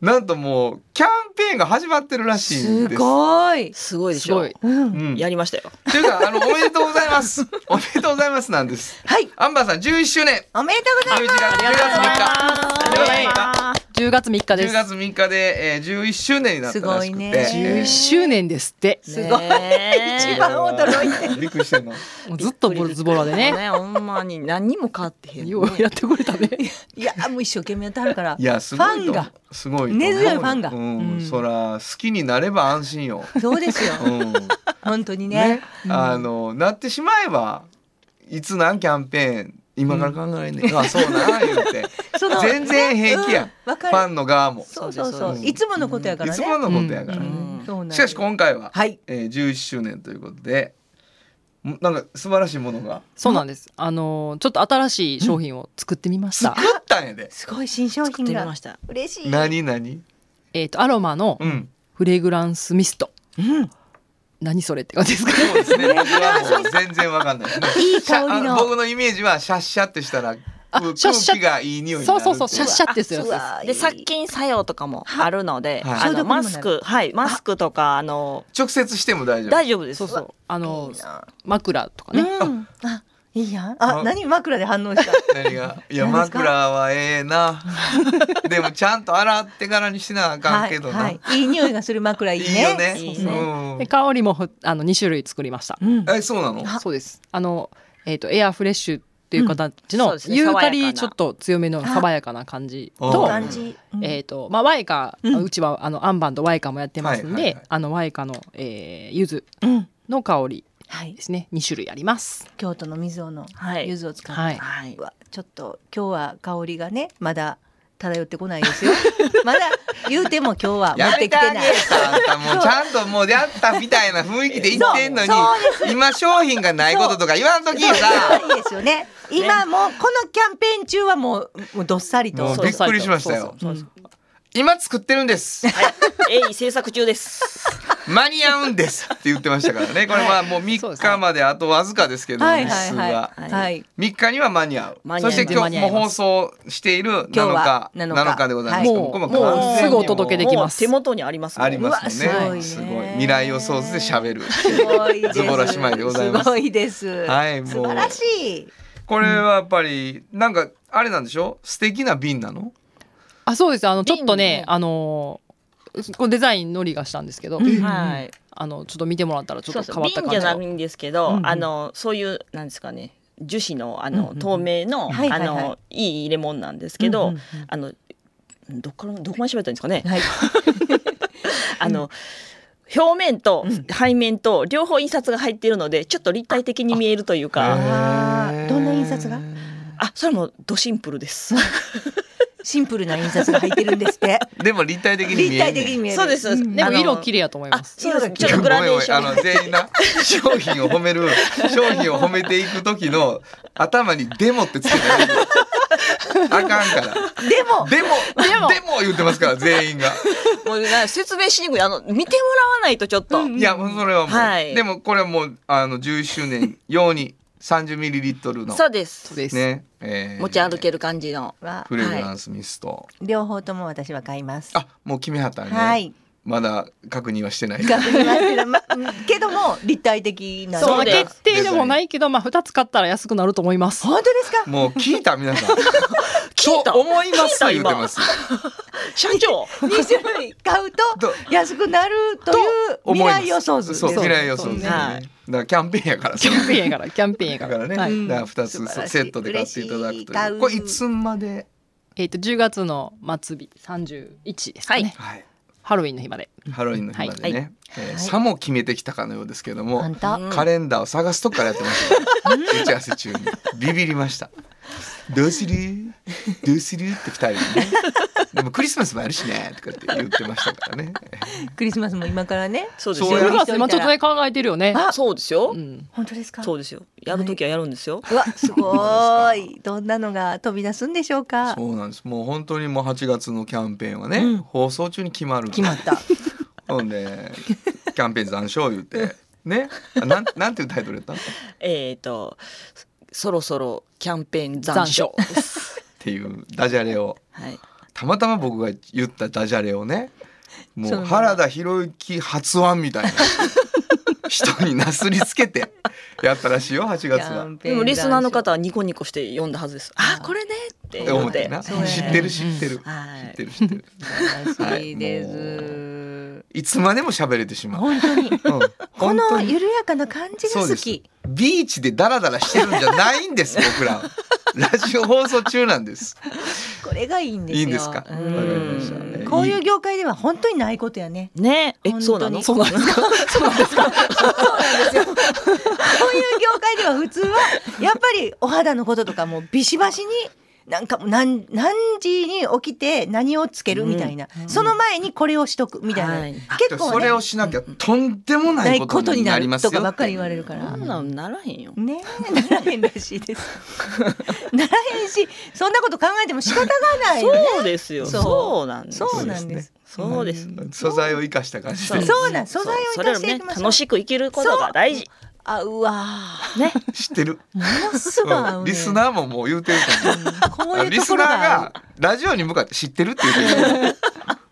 S2: なんともうキャンペーンが始まってるらしいん
S3: す
S2: です。
S3: ごい。
S6: すごいですしょ
S5: ごい。。
S3: うん。
S2: うん、
S6: やりましたよ。
S2: というか、あの、おめでとうございます。おめでとうございますなんです。
S3: はい。
S2: アンバーさん、11周年。
S3: おめでとうござい
S2: 11月、10月
S5: ありがとうございます。10月3日
S2: 3日。
S5: で
S2: 10
S5: す。
S2: 月3日で、えー、11周年になったらし
S3: すごい
S2: くて。
S3: ね
S5: 11
S2: 11
S5: 周年ですって。
S6: す
S3: ごい一番
S2: 驚いて。びっくりしてんの。
S5: もうずっとボルズボラでね。
S6: ね、ほんまに何にも変わってへん、
S5: ようやってくれたね。
S3: ます。いやもう一生懸命やってはるから
S2: い。や、すごいと思う。
S3: ファンが
S2: すごいと思う。
S3: 根強いファンが
S2: うん、
S5: うん
S2: そら、好きになれば安心よ。
S3: そうですよ
S2: う。ん。
S3: 本当に
S2: ね
S3: ね。、
S2: あのなってしまえばいつなんキャンペーン今から考えんね、ん、あそうな言うて
S3: その
S2: 全然平気やん、
S3: うんわ
S2: フ
S3: かる
S2: ァンの側も
S3: そうそう
S6: そう
S3: そ
S6: で
S3: う。
S6: す
S3: いつものことやから
S2: い
S3: ね。
S2: つものことやから、
S5: うん
S6: うん
S3: そうなんです
S2: しかし今回は、
S3: はい。
S2: えー、11周年ということでんなんか素晴らしいものが
S5: そうなんです。あのーちょっと新しい商品を作ってみました
S2: 作。ったんやです
S3: ごい新商
S6: 作
S3: 品
S6: ってみま
S3: が
S6: した。
S3: 嬉しい。
S2: 何何
S5: えっとアロマの
S2: うん
S5: フレグランスミスト。
S3: うん。
S5: 何それって感じですか。
S2: そうですね僕はもう全然わかんないですね
S3: いい香
S2: シ
S3: りの
S2: ャあ僕のイメージはシャッシャってしたら
S5: あ
S2: 空
S5: シャッシャ
S2: 気がいい匂いにな
S5: そ
S2: る
S5: うそうそう、シャッシャってするやつ
S3: う
S5: で。
S3: わ
S6: で殺菌作用とかもあるので、
S2: はい
S6: あ
S3: 消毒
S6: の
S3: にもな
S6: マ
S3: る
S6: スクはいマスクとかあの
S2: 直接しても大丈夫
S6: 大丈夫ですす。
S5: そうそう、あの
S3: いいな
S5: 枕とか
S3: う
S5: ね。
S3: ん。あいいやん。
S2: あ
S3: あ何枕で反応 した。
S2: 何がいや
S3: 何ですか
S2: 枕はええなでもちゃんと洗ってからにしなあかんけどな、
S3: はい
S2: い
S3: はい。いい匂いがする枕い
S2: い
S3: いね。
S2: よね
S6: いい
S3: ね
S5: で香りもふあの2種類作りました。
S3: うん
S2: うん、。えそうなの
S3: あ
S5: そうです。あの、えっ、と、エアフレッシュっていう形
S6: うん
S5: の、
S6: そうですね
S5: ユーカ
S6: 爽や
S5: リ
S6: かな
S5: ちょっと強めの爽やかな感じ
S2: あ
S5: と、
S2: あ
S3: 感じ。うん
S5: えっ、と、まあ、ワイカ、う
S3: うん
S5: ちは、あの、アンバンとワイカもやってますんで、
S2: はいはいはい
S5: あの、ワイカの、えー、ゆず
S3: うん。
S5: の香り
S3: はい
S5: で。すね。2種類あります。
S3: 京都の水尾の
S6: はい
S3: 柚子を使った。
S5: はい。
S6: はい。
S3: うわちょっと今日は香りがねまだ漂ってこないで すよまだ言うても今日は持
S2: や
S3: っ
S2: め
S3: て
S2: て
S3: き
S2: あ
S3: て
S2: げ
S3: な
S2: るあ
S3: い
S2: んたもうちゃんともうやったみたいな雰囲気で言ってんのに
S3: そう
S2: 今商品がないこととか言わんとき
S3: そう
S2: さ
S3: いいですよね今もうこのキャンペーン中はもうもうどっさりと
S2: もう
S5: そう
S2: びっ
S5: です
S2: くりしましたよ今作ってるんです
S6: はい、鋭意制作中です。
S2: 間に合うんですって言ってましたから ねこれはもう
S5: そ
S2: 3
S5: うですね
S2: 日まであとわずかですけど
S3: はい
S2: 日
S3: はい
S2: 数
S3: はい
S2: が
S3: はい、
S2: 3日には間に合う
S6: 間に合
S2: そ
S6: います
S2: して今
S5: 間
S2: 日
S5: に合
S2: も
S5: いま
S2: 放送している7
S3: 今日は
S2: 日
S3: 7
S2: 7
S3: 日
S2: 日でございます、
S3: はい
S5: も
S2: こ
S5: う
S2: こ完全に
S5: もうすぐお届けできます
S6: もう手元にありますもん。
S2: あります
S3: う
S2: もん
S3: わす
S2: ね
S3: ごいね
S2: すごい未来予想図で喋る
S3: すごいです
S2: ズボラ姉妹でございます
S3: すごいです、
S2: はいもう
S3: 素晴らしい
S2: これはやっぱりなんかあれなんでしょ素敵な瓶なの
S5: あ、そうです。あの、ちょっとね
S6: 瓶、
S5: あのーこのデザインのりがしたんですけど、
S6: はい。
S5: あの、ちょっと見てもらったら、ちょ
S6: そう
S5: っ
S6: そ
S5: と
S6: う
S5: 変わった
S6: 瓶
S5: 感
S6: じ
S5: じ
S6: ゃ
S5: の
S6: ないんですけど、
S5: うんうん
S6: あのそういうなんですかね樹脂のあ
S3: うん
S6: の、
S3: うんうん
S6: 透明の、
S3: はいはいはい
S6: あのいい入れ物なんですけ
S3: う
S6: ど、
S3: んうん
S6: あのどっからどこまで喋ったらいいんですかね
S3: う。んはい、
S6: あの表面と
S3: うん
S6: 背面と両方印刷が入っているのでちょっと立体的に見えるというか
S3: あーどんな印刷が
S6: あそれもドシンプルです
S3: シンプルな印刷が入ってるんですって。
S2: でも立体的に
S3: 立
S2: 見え
S3: 体
S2: んね
S3: 的に
S2: ん
S3: 見える。
S6: そうですそうです
S5: でも色
S6: き
S5: 綺麗やと思い
S6: あ
S5: ます。
S6: そうです
S2: い
S6: ちょっ
S2: やご
S6: とグ
S2: めん
S6: ラデーション
S2: おいあの全員な商品を褒める商品を褒めていく時の頭に「デモ」ってつけてないであかんから
S3: でも、
S2: でもでも
S5: も
S2: 言ってますから全員が
S6: もうな説明しにくいあの見てもらわないとちょっと、
S2: いやもうそれはもう、
S6: はい
S2: でもこれはもうあの11周年用に30ミリリットルの
S6: そうです
S5: そうです。
S2: ね、えー
S6: 持ち歩ける感じのは
S2: フレグラ
S6: い
S2: ンスミスト、
S3: 両方とも私は買います。
S2: あもう決めはったね、
S3: はい。
S2: まだ確認はして ない
S3: 学びますけど、ま、けども立体的な。
S5: そう
S6: そうです
S5: 決定でもないけど、まあ二つ買ったら安くなると思います。
S3: 本当ですか。
S2: もう聞いた皆 さん
S6: 聞いた
S2: と思いますと
S6: 聞
S2: 言
S6: い
S2: ったて
S6: 今
S2: ます
S6: 社 長
S3: 二種類買うと
S2: と
S3: 安くなるという
S2: 思い
S3: 未
S2: ます
S3: 来予想図です
S2: そう
S3: ね。
S2: 未来予想図ですね、
S6: はい
S2: だからキャンペーンやから
S5: キャンペーンやから、キャンペーンや
S2: だ
S5: か
S2: から
S5: ら。
S2: ね、
S5: はい、
S2: だから2
S3: 素晴らし
S2: つ
S3: い
S2: セットで買っていただくと
S3: 嬉しい買
S2: いう
S3: う
S2: これいつまで、
S5: えっ、と10月の末日三十一ですかね、
S6: はい
S2: はい、
S5: ハロウィンの日まで。
S2: ハロウィンの日までね、えー
S3: はい
S2: さも決めてきたかのようですけども、
S3: 本当。
S6: うん
S2: カレンダーを探すとこからやってました、ね、打ち合わせ中にビビりましたどうするどうするって二人でねでもクリスマスもあるしねとかって言ってましたからね
S3: クリスマスも今からね。
S6: そうです
S2: そうや
S5: 10
S6: よ
S5: 月今ちょっとね考えてるよね。
S3: あ
S6: そうですよ、
S5: うん。
S3: 本当ですか。
S6: そうですよやるときはやるんですよ、
S3: うわすごーい。どんなのが飛び出すんでしょうか。
S2: そうなんですもう本当にもう8月のキャンペーンはね、
S3: うん
S2: 放送中に決まる
S3: 決まった。
S2: ほんでキャンペーン残暑言うてねあなんなんていうタイトルやったの
S6: えっ、とそろそろキャンペーン残暑
S2: っていうダジャレを
S6: はい
S2: たまたま僕が言ったダジャレをね
S3: そう
S2: もう
S3: なの
S2: 原田博之発案みた いな人になすりつけてやったらしいよ8月は。
S6: でもリスナーの方
S3: は
S6: はニコニコして読んだはずですあこれねって
S2: 思
S6: 思
S2: っ
S6: ってて
S2: な知
S3: そうや
S2: ってる知ってる知
S6: はい
S2: ってる知ってる
S3: 楽しいで
S2: はい
S3: す。
S2: いつまでも喋れてしまう。
S3: 本当に。
S2: うん
S3: こ
S2: 本当
S3: の
S2: に
S3: 緩やかな感じが
S2: そう
S3: 好
S2: です
S3: き。
S2: ビーチでダラダラしてるんじゃないん です僕ら。ラジオ放送中なんです。
S3: これがいいんですよ。
S2: いいんですか。わか
S3: う
S2: り
S3: ん
S2: ました。えー
S3: こうい
S2: いう
S3: 業界では本当にないことやね。
S6: ねえ
S3: 本当に
S6: そうなの
S3: そう
S6: なんですか
S3: こういう業界では普通はやっぱりお肌のこととかもうビシバシに。なんかもう何何時に起きて何をつけるみたいな、その前にこれをしとくみたいな、
S6: はい
S3: 結構、ね、
S2: それをしなきゃとんでもな
S3: ないい
S2: こ
S3: こと
S2: と
S3: に
S2: に
S3: な
S2: なり
S3: る
S2: ますよ
S3: と
S2: ってい
S3: か
S2: う。
S3: ばっかり言われるか
S6: あ
S3: ら。
S6: んなんならへんよ
S3: ねえならへんらしいです。ならへんしそんなこと考えても仕方がないよね。
S6: そうですよ
S3: そ
S6: そううなんです
S3: そうなんです。
S6: そうです
S2: 素材を生かした感じ
S6: そ
S2: で
S6: う
S3: そうなん素材を
S6: そ
S3: 生
S6: れ
S3: か
S6: を
S3: してい
S6: ね
S3: きましょう。
S6: 楽しく生きることが大事
S3: あうわ
S6: ね
S2: 知ってる。
S3: ーものすごい合う
S2: う
S3: ね
S2: んリスナーももう言うてると思う
S3: こう
S2: あ
S3: い
S2: の
S3: う
S2: リ
S3: と
S2: ス
S3: ころ
S2: ナー
S3: が合う
S2: がラジオに向かって知ってるって言うてる。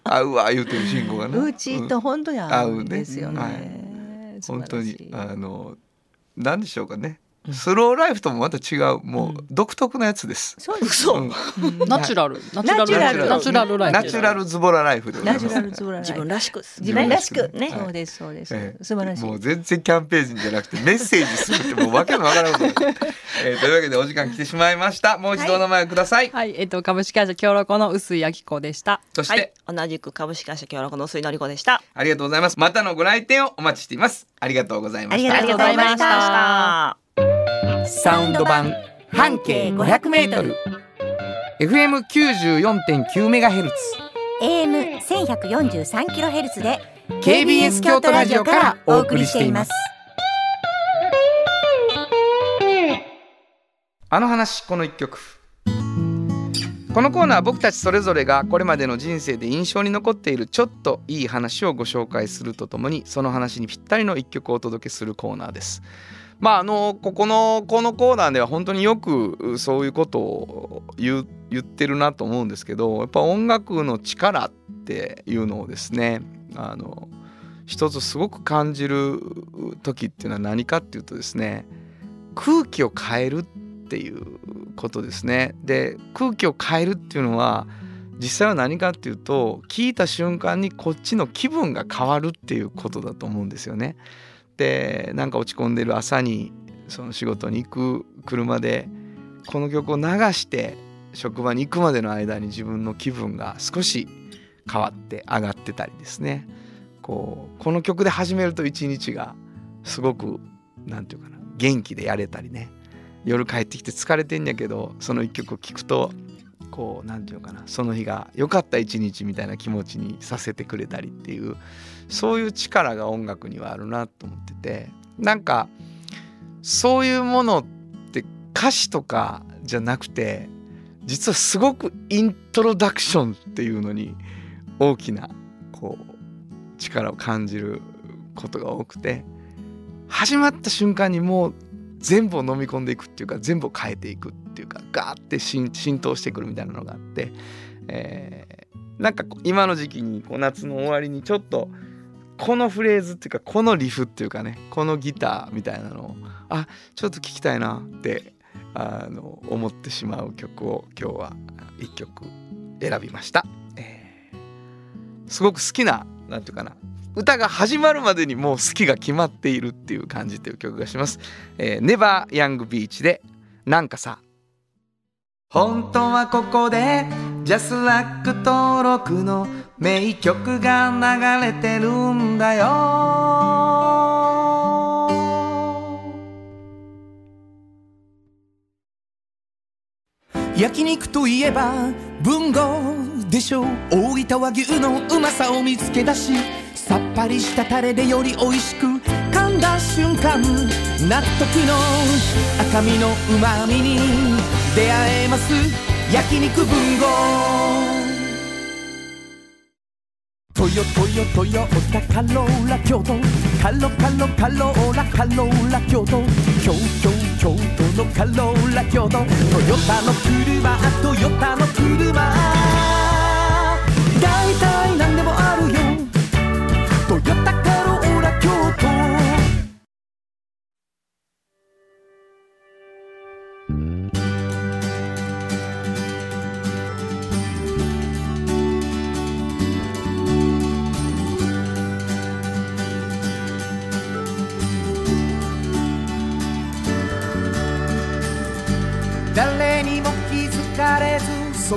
S2: あうわ言うてる信号がな。
S3: うちと本当に合うんですよ
S2: 合う
S3: ね。
S2: うん本当
S3: 素
S2: に
S3: 晴らしい
S2: あのなんでしょうかね。スローライフともまた違うもう独特なやつです。
S3: そうです。
S6: そう、
S2: うん
S5: ナチュラル、ナチュラル
S3: ナチュラル
S5: ナチュラルライフ。
S2: ナチュラルズボラライフでございま
S3: ナチュ
S2: す
S3: ラ。ルズボラライフ
S6: 自分らしく
S3: 自分らしく
S6: ね
S3: そうですそうです、
S2: ええ
S3: 素晴らしい
S2: もう全然キャンペーン人じゃなくてメッセージするってもうわけのわからん ことえーというわけでお時間来てしまいましたもう一度お名前をください、
S5: はい、えっ、と株式会社協力の薄井明子でした。
S2: そして、
S6: はい同じく株式会社協力の水のり子でした
S2: ありがとうございますまたのご来店をお待ちしていますありがとうございました
S3: ありがとうございました
S2: サウンド版半径 500m FM94.9MHz
S7: AM 1143キロヘルツで
S2: KBS 京都ラジオからお送りしていますあの話この一曲このコーナーは僕たちそれぞれがこれまでの人生で印象に残っているちょっといい話をご紹介するとともにその話にぴったりの一曲をお届けするコーナーです。まああのここのこのコーナーでは本当によくそういうことを言う言ってるなと思うんですけどやっぱ音楽の力っていうのをですねあの一つすごく感じる時っていうのは何かっていうとですね空気を変えるっていうことですね。で空気を変えるっていうのは実際は何かっていうと聞いた瞬間にこっちの気分が変わるっていうことだと思うんですよね。でなんか落ち込んでる朝にその仕事に行く車でこの曲を流して職場に行くまでの間に自分の気分が少し変わって上がってたりですね。こうこの曲で始めると一日がすごく何て言うかな元気でやれたりね夜帰ってきて疲れてんやけどその一曲を聴くとこうなんていうのかなその日が良かった一日みたいな気持ちにさせてくれたりっていうそういう力が音楽にはあるなと思っててなんかそういうものって歌詞とかじゃなくて実はすごくイントロダクションっていうのに大きなこう力を感じることが多くて始まった瞬間にもう全部を飲み込んでいくっていうか全部を変えていくっていうかガーって浸浸透してくるみたいなのがあって、えーなんかこう今の時期にこう夏の終わりにちょっとこのフレーズっていうかこのリフっていうかねこのギターみたいなのをあちょっと聞きたいなってあの思ってしまう曲を今日は1曲選びました、えーすごく好きななんていうかな歌が始まるまでにもう好きが決まっているっていう感じという曲がしますえー、ネバーヤングビーチでなんかさ
S4: 本当はここでジャスラック登録の名曲が流れてるんだよ焼肉といえば文豪でしょ大分和牛のうまさを見つけ出しさっぱりしたタレでより美味しく噛んだ瞬間納得の赤身のうまみに出会えます焼肉文豪トヨトヨトヨタカローラ京都カロカロカローラカローラ京都京京京都のカローラ京都トヨタの車トヨタの車大体何でもあるよトヨタカローラ京都誰にも気づかれずそ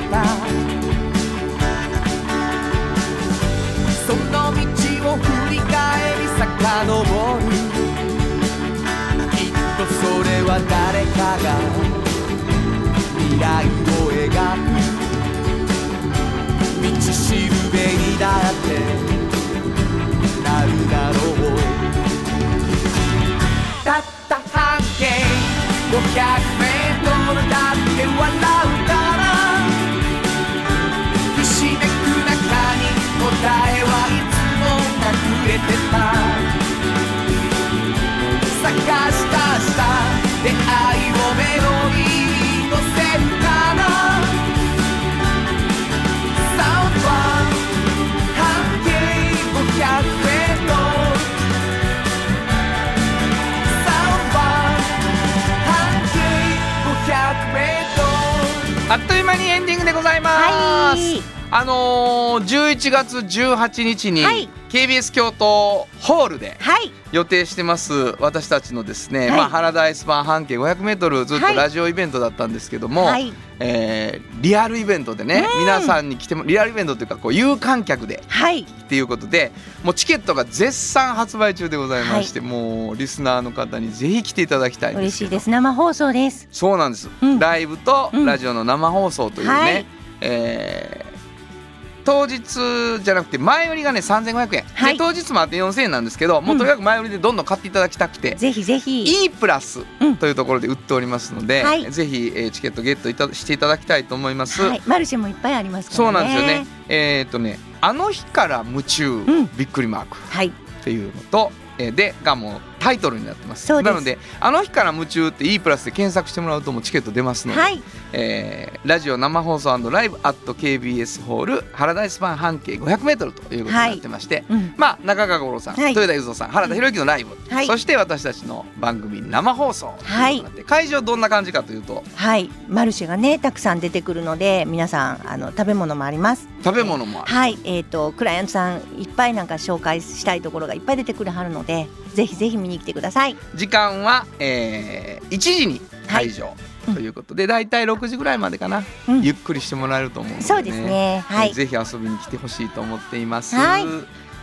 S4: 来たその道を振り返り遡るきっとそれは誰かが未来を描く道しるべにだってなるだろうたった半径500メートルだって笑うからひしめく中に答えはいつも隠れてた探したした出会いをメロディーに乗せるからサウンドは半径500メートル
S2: あっという間にエンディングでございます、
S7: はい
S2: あのー、11月18日に
S7: はい
S2: KBS 京都ホールで
S7: はい
S2: 予定してます私たちのです
S7: はい
S2: ね、まあ、ハラダイス版半径 500m ずっと
S7: はい
S2: ラジオイベントだったんですけども、
S7: はい
S2: えーリアルイベントでね皆さんに来てもリアルイベントというかこう有観客で
S7: はい
S2: っていうことでもうチケットが絶賛発売中でございまして、もうリスナーの方にぜひ来ていただきたいんで
S7: 嬉
S2: すけ
S7: し
S2: ど
S7: いです生放送です
S2: そうなんです、
S7: うん
S2: ライブと
S7: うん
S2: ラジオの生放送というね、
S7: はい
S2: えー当日じゃなくて前売りがね3500円、
S7: はい
S2: で当日もあって4000円なんですけどもうとにかく前売りでどんどん買っていただきたくて、
S7: ぜひぜひ
S2: E プラス
S7: うん
S2: というところで売っておりますので、
S7: はい
S2: ぜひ、えーチケットゲットいたしていただきたいと思います、
S7: はいマルシェもいっぱいありますからね
S2: そうなんですよねえーっとね「あの日から夢中、
S7: ん
S2: びっくりマーク」
S7: はい
S2: っていうのと、えーでがもうタイトルになってます
S3: そうです
S2: なので「あの日から夢中」って E プラスで検索してもらうともうチケット出ますので、
S3: はい
S2: えーラジオ生放送ライブ at KBS ホール原田スパン半径 500m ということになってまして、
S3: うん
S2: まあ中川五郎さん、
S3: はい
S2: 豊田雄三さん原田裕之のライブ、
S3: はい
S2: そして私たちの番組生放送ということになって、会場どんな感じかというと
S3: はいマルシェがねたくさん出てくるので皆さんあの食べ物もあります
S2: 食べ物もある、
S3: はいえー、とクライアントさんいっぱいなんか紹介したいところがいっぱい出てくるはるのでぜひぜひ見に来てください
S2: 時間は、えー1時に会場、
S3: うん
S2: ということで大体6時ぐらいまでかな、
S3: うん
S2: ゆっくりしてもらえると思うので、
S3: そうですねはい
S2: ぜひ遊びに来てほしいと思っています。
S3: はい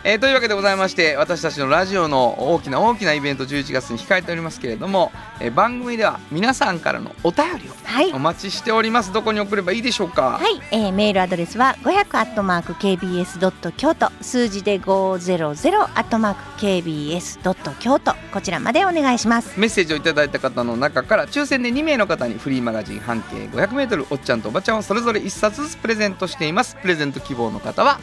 S2: えーというわけでございまして私たちのラジオの大きな大きなイベント11月に控えておりますけれども、えー番組では皆さんからのお便り
S3: はい
S2: をお待ちしておりますどこに送ればいいでしょうか、
S3: はい、えーメールアドレスは500アットマーク kbs ドット京都数字で500アットマーク kbs ドット京都こちらまでお願いします。
S2: メッセージをいただいた方の中から抽選で2名の方にフリーマガジン半径 500m おっちゃんとおばちゃんをそれぞれ1冊ずつプレゼントしていますプレゼント希望の方は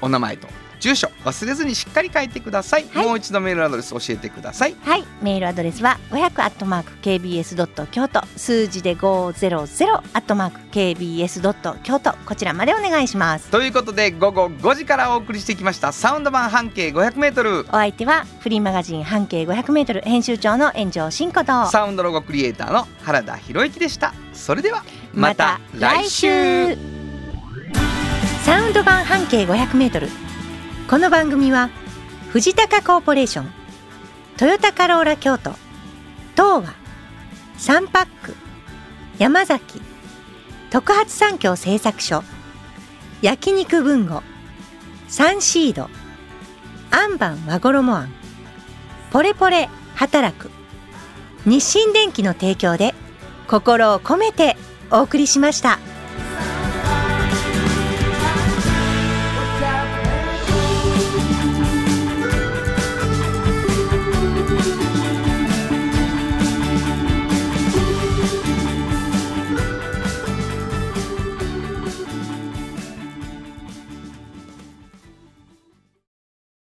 S2: お名前と住所忘れずにしっかり書いてください、
S3: はい
S2: もう一度メールアドレス教えてください
S3: はい、メールアドレスは500アットマーク kbs ドット京都数字で500アットマーク kbs ドット京都こちらまでお願いします。
S2: ということで午後5時からお送りしてきましたサウンド版半径 500m
S3: お相手はフリーマガジン半径500メートル編集長の炎上真子と
S2: サウンドロゴクリエイターの原田博之でしたそれでは
S3: また来週サウンド版半径 500m この番組は藤高コーポレーショントヨタカローラ京都東和サンパック山崎特発産業製作所焼肉文吾サンシードアンバン和衣庵ポレポレ働く日清電機の提供で心を込めてお送りしました。